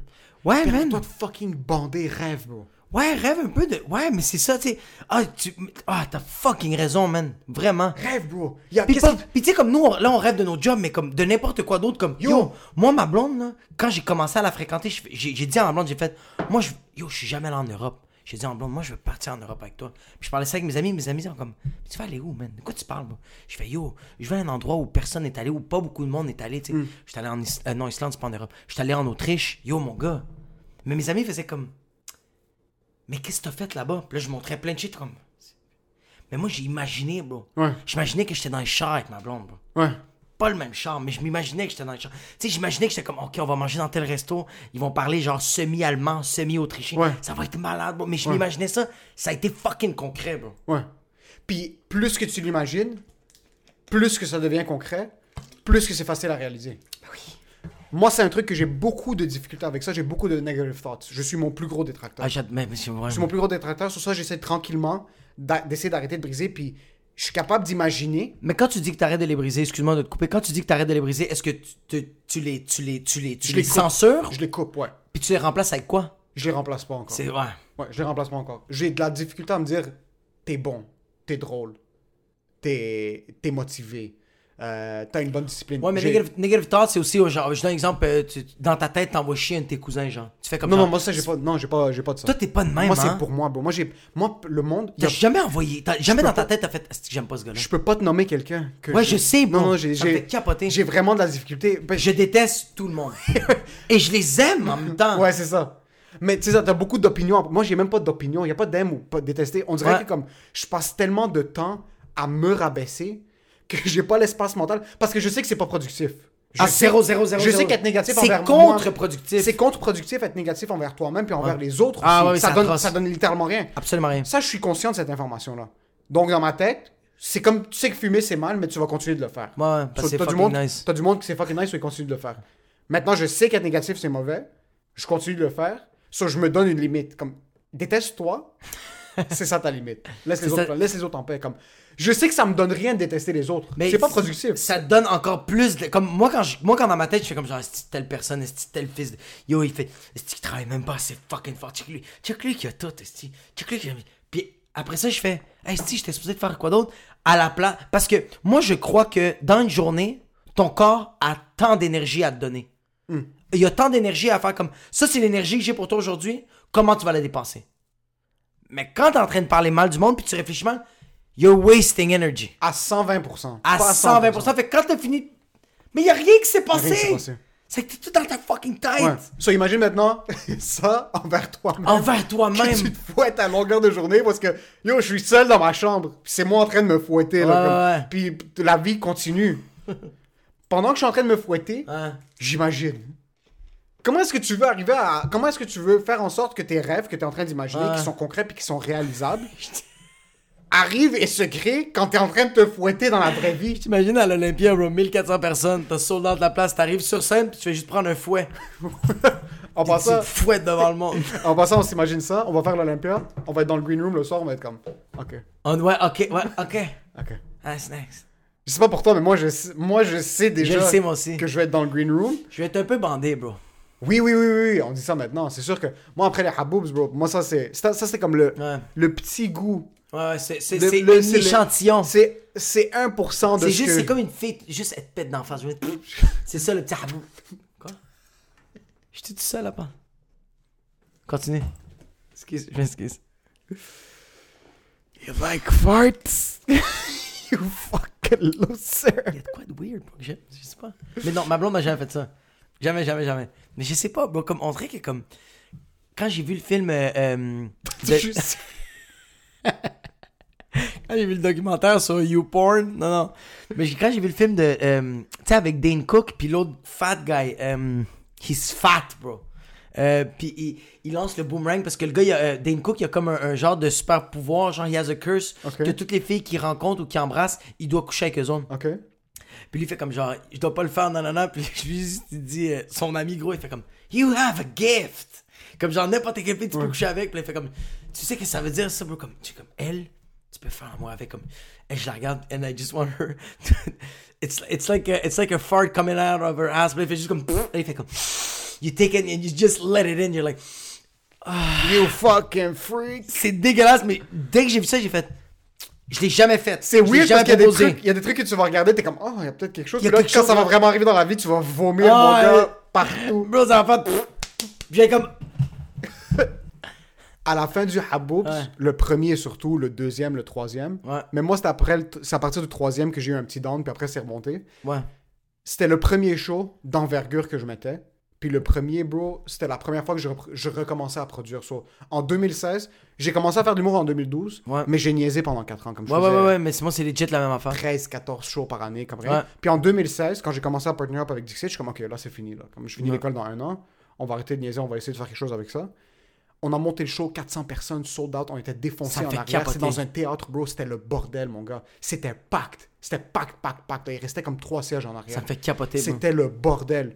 C: Ouais, man.
B: Permets-toi de fucking bander rêve, bro.
C: Ouais, rêve un peu de. Ouais, mais c'est ça, tu sais. Ah, tu. Ah, t'as fucking raison, man. Vraiment.
B: Rêve, bro. Il y a-
C: Puis,
B: qu'est-ce
C: pas-
B: qui-
C: Ah, puis tu sais, comme nous, on- là, on rêve de nos jobs, mais comme de n'importe quoi d'autre. Comme, yo.
B: Yo.
C: moi, ma blonde, là, quand j'ai commencé à la fréquenter, je- j'ai j'ai dit à ma blonde, j'ai fait, moi, je, yo, je suis jamais allé en Europe. J'ai dit à ma blonde, moi, je veux partir en Europe avec toi. Puis je parlais ça avec mes amis, mes amis, ils sont comme, tu vas aller où, man? De quoi tu parles, bro? Je fais, yo, je vais à un endroit où personne n'est allé, où pas beaucoup de monde est allé, tu sais. Je suis allé en Is- euh, non, Islande, c'est pas en Europe. Je suis allé en Autriche, yo, mon gars. Mais mes amis faisaient comme, mais qu'est-ce que t'as fait là-bas? Puis là, je montrais plein de shit, comme, mais moi, j'ai imaginé, bro.
B: Ouais.
C: J'imaginais que j'étais dans le char avec ma blonde, bro.
B: Ouais.
C: Pas le même char, mais je m'imaginais que j'étais dans le char. Tu sais, j'imaginais que j'étais comme, OK, on va manger dans tel resto. Ils vont parler genre semi-allemand, semi-autrichien.
B: Ouais.
C: Ça va être malade, bro. Mais je m'imaginais ça. Ça a été fucking concret, bro.
B: Ouais. Puis plus que tu l'imagines, plus que ça devient concret, plus que c'est facile à réaliser.
C: Ben
B: Moi, c'est un truc que j'ai beaucoup de difficultés avec ça. J'ai beaucoup de negative thoughts. Je suis mon plus gros détracteur.
C: Ah, j'ad- mais, mais c'est vrai.
B: Je suis mon plus gros détracteur. Sur ça, j'essaie tranquillement d'a- d'essayer d'arrêter de briser. Puis je suis capable d'imaginer.
C: Mais quand tu dis que t'arrêtes de les briser, excuse-moi de te couper, quand tu dis que t'arrêtes de les briser, est-ce que tu, tu- tu les, tu les, tu les, tu
B: Je
C: les
B: les coupe.
C: censures,
B: Je les coupe, ouais.
C: puis tu les remplaces avec quoi?
B: Je les remplace pas encore.
C: C'est vrai.
B: Ouais, je les remplace pas encore. J'ai de la difficulté à me dire t'es bon, t'es drôle, t'es t'es motivé, euh, t'as une bonne discipline.
C: Ouais, mais
B: J'ai-
C: negative, negative thought, c'est aussi, euh, genre, je donne un exemple, euh, tu- dans ta tête, t'envoies chier un de tes cousins, genre. Tu fais comme
B: Non,
C: genre,
B: non, moi ça j'ai pas, non j'ai pas, j'ai pas de ça.
C: Toi, t'es pas de même,
B: moi
C: hein?
B: c'est pour moi, bro. Moi j'ai, moi le monde, y
C: T'as
B: a-
C: jamais envoyé, t'as- jamais
B: peux
C: dans ta
B: pas-
C: tête t'as fait, est-ce que j'aime pas ce gars-là?
B: je peux pas te nommer quelqu'un. que
C: Ouais,
B: j'ai-
C: je sais,
B: Non,
C: bro.
B: non, j'ai,
C: Ça me
B: j'ai,
C: fait capoter.
B: j'ai vraiment de la difficulté. Ben,
C: Je déteste tout le monde. Et je les aime en même temps.
B: Ouais, c'est ça. Mais tu sais, ça, t'as beaucoup d'opinions. Moi, j'ai même pas d'opinion. Y a pas d'aime ou pas de détester. On dirait
C: Ouais.
B: que comme je passe tellement de temps à me rabaisser que j'ai pas l'espace mental parce que je sais que c'est pas productif. Je
C: À
B: sais-
C: 0,000.
B: Je sais qu'être négatif
C: C'est
B: envers moi-
C: contre-productif.
B: C'est contre-productif être négatif envers toi-même puis envers les autres.
C: Ah
B: aussi.
C: ouais,
B: ça
C: c'est
B: donne,
C: atroce.
B: ça donne littéralement rien.
C: Absolument rien.
B: Ça, je suis conscient de cette information-là. Donc, dans ma tête, c'est comme tu sais que fumer c'est mal, mais tu vas continuer de le faire.
C: Ouais, ouais, parce que
B: So,
C: c'est
B: t'as du
C: fucking
B: monde,
C: nice.
B: T'as du monde qui c'est fucking nice, so ils continuent de le faire. Maintenant, je sais qu'être négatif c'est mauvais, je continue de le faire, so je me donne une limite. Comme, déteste-toi, c'est ça ta limite. Laisse les,
C: C'est ça.
B: autres, laisse les autres en paix. Comme, je sais que ça me donne rien de détester les autres.
C: Mais
B: C'est pas
C: c-
B: productif.
C: Ça te donne encore plus de- Comme moi quand, je- moi, quand dans ma tête, je fais comme genre, est-ce telle personne, est-ce telle fils de... Yo, il fait, est-ce qu'il travaille même pas assez fucking fort? Check lui. Check lui qui a tout, est-ce Check lui qui a... Puis après ça, je fais, est-ce j'étais supposé de faire quoi d'autre? À la place... Parce que moi, je crois que dans une journée, ton corps a tant d'énergie à te donner.
B: Hmm.
C: Il y a tant d'énergie à faire comme... Ça, c'est l'énergie que j'ai pour toi aujourd'hui. Comment tu vas la dépenser? Mais quand t'es en train de parler mal du monde, puis tu réfléchis mal, you're wasting energy
B: À 120%.
C: à
B: pas
C: 120%. Fait que quand t'as fini. Mais y a rien qui s'est
B: rien qui s'est
C: passé!
B: passé.
C: C'est que t'es tout dans ta fucking tête!
B: Ouais. So, imagine maintenant ça envers toi-même.
C: Envers
B: Que
C: toi-même!
B: tu te fouettes à longueur de journée parce que yo, je suis seul dans ma chambre. Puis c'est moi en train de me fouetter. là, comme- Puis p- la vie continue. Pendant que je suis en train de me fouetter,
C: Hein?
B: j'imagine. Comment est-ce que tu veux arriver à. Comment est-ce que tu veux faire en sorte que tes rêves que tu es en train d'imaginer,
C: Ouais.
B: qui sont concrets puis qui sont réalisables, arrivent et se créent quand tu es en train de te fouetter dans la vraie vie?
C: T'imagines à l'Olympia, bro, 1400 personnes, t'as sold out de la place, t'arrives sur scène, puis tu fais juste prendre un fouet.
B: En
C: Tu te
B: passant,
C: fouettes devant le monde.
B: en passant, on s'imagine ça, on va faire l'Olympia, on va être dans le green room le soir, on va être comme. Ok,
C: On, ouais, ok, ouais, ok.
B: ok.
C: Ah, c'est nice.
B: Je sais pas pour toi, mais moi je sais, moi, je sais déjà
C: le sais, moi aussi.
B: que je vais être dans le green room.
C: Je vais être un peu bandé, bro.
B: Oui, oui, oui, oui, oui, on dit ça maintenant. C'est sûr que moi, après les haboubs, bro, moi, ça, c'est ça, ça, c'est comme le,
C: Ouais.
B: le petit goût.
C: Ouais, ouais, c'est c'est-
B: Le-
C: c'est
B: le-
C: un
B: c'est le-
C: échantillon.
B: C'est c'est 1% de
C: C'est
B: ce
C: juste,
B: que-
C: c'est comme une fille, juste elle te pète d'en face. je vais te- C'est ça le petit habou. Quoi? J'étais tout seul à part. Continue. Excuse, je m'excuse.
B: You like farts? you fucking loser.
C: Il y a de quoi de weird, bro, que j'aime, je sais pas. Mais non, ma blonde m'a jamais fait ça. Jamais, jamais, jamais. Mais je sais pas, bro, comme, on dirait que comme... Quand j'ai vu le film... euh, euh, de-
B: Juste-
C: Quand Ah, j'ai vu le documentaire sur YouPorn, non, non. Mais j'ai- quand j'ai vu le film de. euh, tu sais, avec Dane Cook, puis l'autre fat guy, euh, he's fat, bro. Euh, puis il, il lance le boomerang parce que le gars, il a, euh, Dane Cook, il a comme un, un genre de super pouvoir, genre he has a curse,
B: Ok.
C: que toutes les filles qu'il rencontre ou qu'il embrasse, il doit coucher avec eux autres.
B: Ok.
C: Puis lui, il fait comme genre, je dois pas le faire, non, non, non. Puis je lui dis- il dit, euh, son ami gros, il fait comme, You have a gift. Comme genre, n'importe quelle fille, tu peux coucher avec. Puis il fait comme, Tu sais ce que ça veut dire, ça, bro? Comme, tu sais, comme, elle, tu peux faire moi avec. Comme, et je la regarde, and I just want her. to- it's, it's, like a, it's like a fart coming out of her ass. Puis il fait juste comme, Pfff. Et il fait comme, You take it and you just let it in. You're like,
B: You fucking freak.
C: c'est dégueulasse, mais dès que j'ai vu ça, j'ai fait. Je l'ai jamais fait.
B: C'est
C: Je l'ai
B: weird parce
C: jamais
B: qu'il y a des
C: proposé.
B: trucs, il y a des trucs que tu vas regarder, t'es comme, oh, il y a peut-être quelque chose.
C: Il y a
B: Puis là,
C: quelque
B: quand
C: chose,
B: ça va
C: là.
B: vraiment arriver dans la vie, tu vas vomir, mon
C: Ah,
B: gars,
C: ouais.
B: partout.
C: Bro, ça va faire. pfff. J'ai comme.
B: À la fin du Haboubs,
C: Ouais.
B: le premier surtout, le deuxième, le troisième.
C: Ouais.
B: Mais moi, c'est après, le t- c'est à partir du troisième que j'ai eu un petit down, puis après, c'est remonté.
C: Ouais.
B: C'était le premier show d'envergure que je mettais. Puis le premier, bro, c'était la première fois que je, repr- je recommençais à produire. So, en 2016, j'ai commencé à faire de l'humour en 2012,
C: Ouais.
B: mais j'ai niaisé pendant 4 ans, comme je
C: Ouais, ouais,
B: faisais
C: ouais, ouais, mais c'est moi, c'est legit la même affaire.
B: 13, 14 shows par année, comme rien.
C: Ouais.
B: Puis en 2016, quand j'ai commencé à partner up avec Dixit, je suis comme, OK, là, c'est fini. Là. Comme je finis
C: Ouais.
B: l'école dans un an, on va arrêter de niaiser, on va essayer de faire quelque chose avec ça. On a monté le show, 400 personnes, sold out, on était défoncés
C: Ça
B: en
C: fait
B: arrière.
C: capoter.
B: C'est dans un théâtre, bro, c'était le bordel, mon gars. C'était pacte. C'était pacte, pacte, pacte. Il restait comme trois sièges en arrière.
C: Ça me fait capoter, bro.
B: C'était le bordel.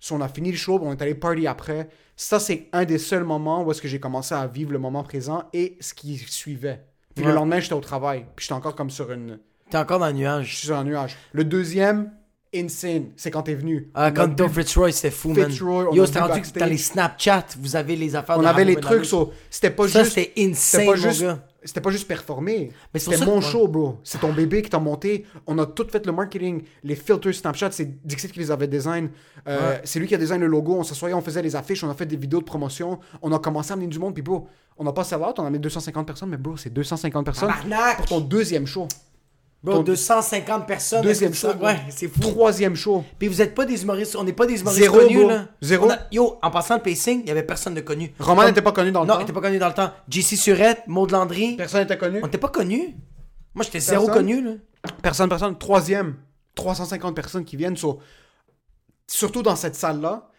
B: Si on a fini le show, on est allé party après. Ça, c'est un des seuls moments où est-ce que j'ai commencé à vivre le moment présent et ce qui suivait. Puis
C: Ouais.
B: le lendemain, j'étais au travail. Puis j'étais encore comme sur une...
C: T'es encore dans le
B: Je
C: nuage.
B: suis sur un nuage. Le deuxième, insane, c'est quand t'es venu.
C: Ah,
B: on,
C: quand
B: a
C: Tom
B: bu-
C: Fitzroy, c'était fou, man.
B: Fitzroy, on
C: Yo,
B: a
C: c'était
B: bu
C: rendu que
B: backstage.
C: dans les Snapchat, vous avez les affaires
B: on
C: de
B: avait
C: Ramon
B: les
C: Bernard.
B: trucs, so, c'était pas
C: Ça,
B: juste.
C: c'était insane,
B: C'était pas
C: mon
B: juste.
C: gars.
B: C'était pas juste performer.
C: Mais c'est pour
B: C'était
C: ça que-
B: mon
C: ouais.
B: show, bro. C'est ton bébé qui t'a monté. On a tout fait le marketing. Les filters Snapchat, c'est Dixit qui les avait design. Euh, C'est lui qui a design le logo. On s'assoyait, on faisait les affiches, on a fait des vidéos de promotion. On a commencé à amener du monde. Puis, bro, on n'a pas sell out, on a amené 250 personnes. Mais, bro, c'est 250 personnes
C: Tabarnak!
B: pour ton deuxième show.
C: Bro,
B: Ton-
C: 250 personnes.
B: Deuxième
C: est-ce que
B: show.
C: ça- Ouais, c'est fou.
B: Troisième show.
C: Puis vous êtes pas des humoristes, on n'est pas des humoristes
B: Zéro,
C: connus,
B: bro.
C: là.
B: Zéro.
C: On a- Yo, en passant le pacing, il y avait personne de connu.
B: Roman
C: Comme-
B: n'était pas connu dans le
C: Non,
B: temps.
C: il était pas connu dans le temps. JC Surette, Maud Landry.
B: Personne n'était connu.
C: On n'était pas connus. Moi, j'étais zéro
B: Personne?
C: connu, là.
B: personne, personne. Troisième, 350 personnes qui viennent. So, surtout dans cette salle-là,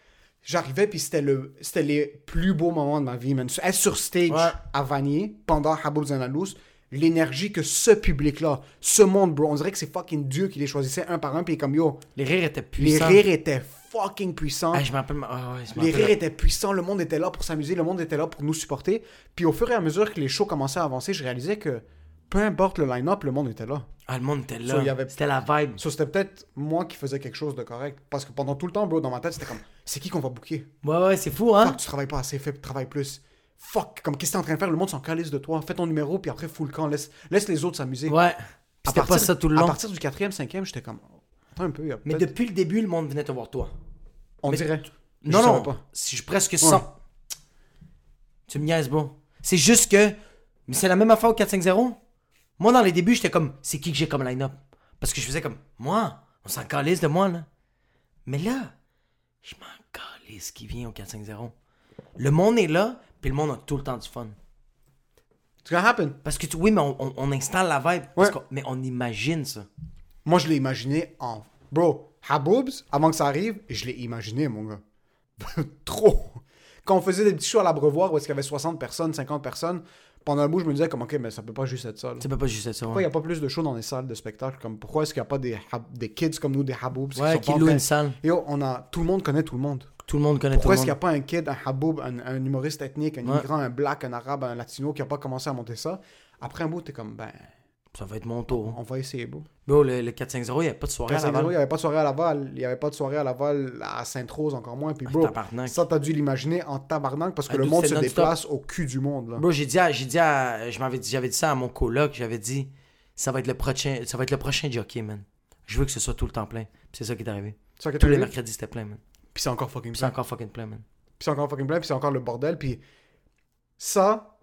B: j'arrivais, puis c'était le, c'était les plus beaux moments de ma vie, man. Être sur stage
C: Ouais.
B: à Vanier, pendant Habib Zanalous, l'énergie que ce public-là, ce monde, bro, on dirait que c'est fucking Dieu qui les choisissait un par un, puis il est comme, yo,
C: Les rires étaient
B: les
C: puissants.
B: rires étaient fucking puissants.
C: Ah, je me rappelle. Ah, ouais, je me
B: Les
C: rappelle.
B: rires étaient puissants, le monde était là pour s'amuser, le monde était là pour nous supporter. Puis au fur et à mesure que les shows commençaient à avancer, je réalisais que peu importe le line-up, le monde était là.
C: Ah, le monde était là.
B: So, il y avait-
C: C'était la vibe.
B: So, c'était peut-être moi qui faisais quelque chose de correct. Parce que pendant tout le temps, bro, dans ma tête, c'était comme, c'est qui qu'on va booker
C: Ouais, ouais, c'est fou, hein.
B: Fuck, tu travailles pas assez, fais, travaille plus. Fuck, comme qu'est-ce que t'es en train de faire Le monde s'en calisse de toi. Fais ton numéro, puis après, fous le camp. Laisse, laisse les autres s'amuser.
C: Ouais.
B: À
C: C'était pas
B: partir-
C: ça tout le
B: À
C: long.
B: partir du quatrième, cinquième, j'étais comme, attends un peu, il y a
C: Mais
B: peut-être-
C: depuis le début, le monde venait te voir toi.
B: on
C: mais-
B: dirait. Je
C: Non,
B: savais
C: non.
B: pas.
C: Si je suis presque 100. Tu me niaises, bro. C'est juste que. Mais c'est la même affaire au 4-5-0. Moi, dans les débuts, j'étais comme, c'est qui que j'ai comme line-up Parce que je faisais comme, moi, on s'en calisse de moi, là. Mais là, je m'en calisse qui vient au 4-5-0. Le monde est là, puis le monde a tout le temps du fun.
B: It's gonna happen.
C: Parce que tu, oui, mais on, on- on installe la vibe. parce
B: Ouais.
C: qu'on- mais on imagine ça.
B: Moi, je l'ai imaginé en. Bro, Haboobs, avant que ça arrive, je l'ai imaginé, mon gars. Trop. Quand on faisait des petits shows à l'abreuvoir où est-ce qu'il y avait 60 personnes, 50 personnes, pendant un bout, je me disais, comme, ok, mais ça peut pas juste être ça. là.
C: Tu peux pas juste ça.
B: Pourquoi il
C: Ouais,
B: n'y a pas plus de shows dans les salles de spectacle comme Pourquoi est-ce qu'il n'y a pas des, hab- des kids comme nous, des haboubs
C: Ouais,
B: sont
C: qui
B: pas en
C: louent
B: train-
C: une salle.
B: Yo, on a... Tout le monde connaît tout le monde.
C: Tout le monde connaît
B: Pourquoi
C: tout
B: est-ce
C: le
B: qu'il n'y a
C: monde.
B: pas un kid, un haboub, un, un humoriste ethnique, un
C: Ouais.
B: immigrant, un black, un arabe, un latino qui n'a pas commencé à monter ça Après un bout, t'es comme, ben,
C: Ça va être mon tour.
B: on va essayer, bro.
C: Bro, le, le 4-5-0, il n'y a pas de soirée à
B: Saint-Grégoire, Il
C: Laval.
B: n'y avait pas de soirée à Laval, il n'y avait pas de soirée à Laval, à Sainte-Rose encore moins. Puis,
C: Ah,
B: bro,
C: tabarnak.
B: ça, t'as dû l'imaginer en tabarnak parce que
C: Ah,
B: le
C: dude,
B: monde
C: c'était
B: se
C: non-stop.
B: déplace au cul du monde. Là.
C: Bro, j'ai dit à, j'ai dit à, je m'avais dit, j'avais dit ça à mon coloc, j'avais dit, ça va être le prochain, ça va être le prochain jockey, man. Je veux que ce soit tout le temps plein. Puis c'est ça qui est arrivé.
B: C'est ça que
C: Tous
B: t'as
C: les
B: vu?
C: mercredis c'était plein, man. Puis
B: Puis c'est encore fucking
C: c'est encore fucking plein, man.
B: puis c'est encore fucking plein, puis c'est encore le bordel, puis ça,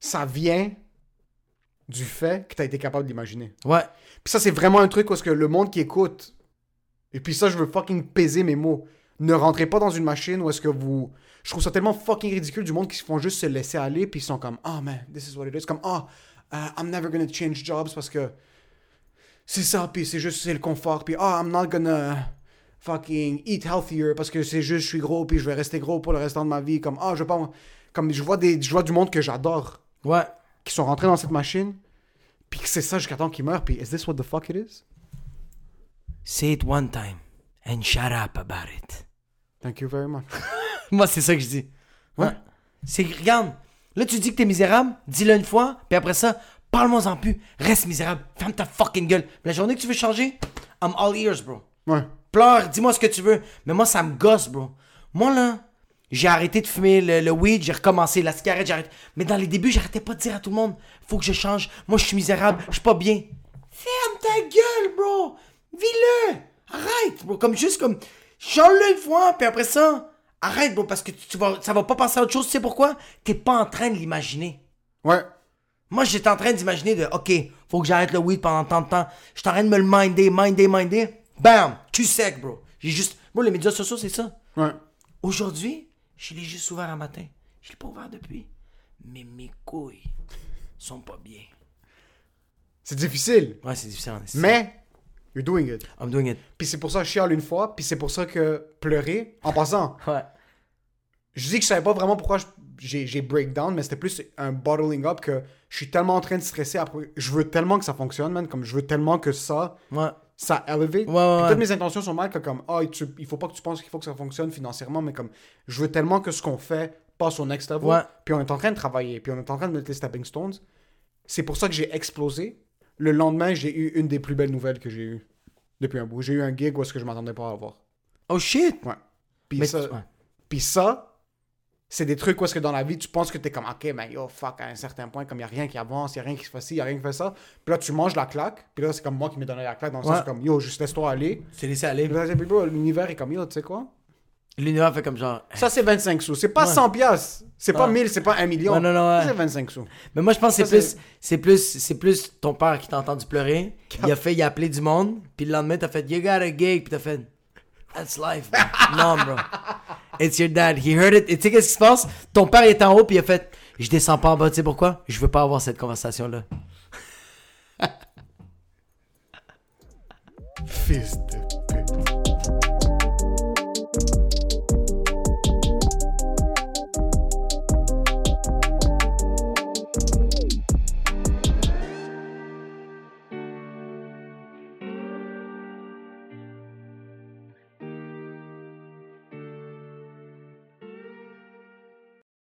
B: ça vient du fait que t'as été capable d'imaginer.
C: Ouais.
B: Puis ça, c'est vraiment un truc parce que le monde qui écoute, et puis ça, je veux fucking peser mes mots. Ne rentrez pas dans une machine où est-ce que vous. Je trouve ça tellement fucking ridicule du monde qui se font juste se laisser aller, puis ils sont comme, oh man, this is what it is. Comme, oh, uh, I'm never gonna change jobs parce que c'est ça, puis c'est juste, c'est le confort, puis ah, I'm not gonna fucking eat healthier parce que c'est juste, je suis gros, puis je vais rester gros pour le restant de ma vie. Comme, ah, je veux pas. Comme, je vois, des, je vois du monde que j'adore
C: Ouais.
B: qui sont rentrés dans cette machine, puis que c'est ça jusqu'à temps qu'ils meurent, puis is this what the fuck it is?
C: Say it one time and shut up about it.
B: Thank you very much.
C: Moi, c'est ça que je dis.
B: Ouais.
C: Hein? C'est que, regarde, là, tu dis que t'es misérable, dis-le une fois, puis après ça, parle-moi-en plus, reste misérable, ferme ta fucking gueule. La journée que tu veux changer, I'm all ears, bro.
B: Ouais.
C: Pleure, dis-moi ce que tu veux. Mais moi, ça me gosse, bro. Moi, là, j'ai arrêté de fumer le, le weed, j'ai recommencé la cigarette, j'arrête. Mais dans les débuts, j'arrêtais pas de dire à tout le monde, faut que je change. Moi, je suis misérable, je suis pas bien. Ferme ta gueule, bro. Vis-le. Arrête, bro. Comme juste comme, change-le une fois, puis après ça, arrête, bro, parce que tu, tu vas, ça va pas passer à autre chose. Tu sais pourquoi? T'es pas en train de l'imaginer.
B: Ouais.
C: Moi, j'étais en train d'imaginer de, OK, faut que j'arrête le weed pendant tant de temps. J'étais en train de me le minder, minder, minder. Bam! Tu sec, bro. J'ai juste. Bro, les médias sociaux, c'est ça.
B: Ouais.
C: Aujourd'hui, je l'ai juste ouvert un matin. Je l'ai pas ouvert depuis. Mais mes couilles sont pas bien.
B: C'est difficile,
C: Ouais, c'est difficile, en esti.
B: mais you're doing it.
C: I'm doing it.
B: Puis c'est pour ça que je chiale une fois, puis c'est pour ça que pleurer, en passant,
C: Ouais.
B: je dis que je savais pas vraiment pourquoi je- j'ai j'ai breakdown, mais c'était plus un bottling up que je suis tellement en train de stresser. Après, je veux tellement que ça fonctionne, man. Comme je veux tellement que ça,
C: Ouais.
B: ça elevate.
C: Ouais, ouais,
B: Puis
C: ouais.
B: Toutes mes intentions sont mal, que comme, ah, tu- il faut pas que tu penses qu'il faut que ça fonctionne financièrement, mais comme, je veux tellement que ce qu'on fait passe au next level.
C: Ouais.
B: Puis on est en train de travailler, puis on est en train de mettre les stepping stones. C'est pour ça que j'ai explosé. Le lendemain, j'ai eu une des plus belles nouvelles que j'ai eues depuis un bout. J'ai eu un gig où est-ce que je m'attendais pas à avoir.
C: Oh shit!
B: Ouais. Puis
C: Mais
B: ça,
C: tu- ouais.
B: puis ça, c'est des trucs où est-ce que dans la vie, tu penses que t'es comme, ok, mais yo, fuck, à un certain point, comme il a rien qui avance, il a rien qui se fait ci, il a rien qui fait ça. Puis là, tu manges la claque. Puis là, c'est comme moi qui me donnais la claque dans le
C: Ouais.
B: sens comme, yo, juste laisse-toi aller.
C: Tu t'es laissé aller.
B: Puis là, c'est- puis là, l'univers est comme, yo, tu sais quoi?
C: L'univers fait comme genre.
B: Ça, c'est 25 sous. C'est pas 100 piastres. C'est pas
C: Ouais.
B: 1000, c'est pas 1 million.
C: Ouais, non, non, ouais.
B: C'est 25 sous.
C: Mais moi, je pense que c'est
B: Ça, c'est-
C: plus, c'est plus, c'est plus ton père qui t'a entendu pleurer. Il a fait, il a appelé du monde. Puis le lendemain, t'as fait, you got a gig. Puis t'as fait, that's life. bro. non, bro. It's your dad. He heard it. Et tu sais qu'est-ce qui se passe? Ton père il est en haut. Puis il a fait, je descends pas en bas. Tu sais pourquoi? Je veux pas avoir cette conversation-là.
B: Fils de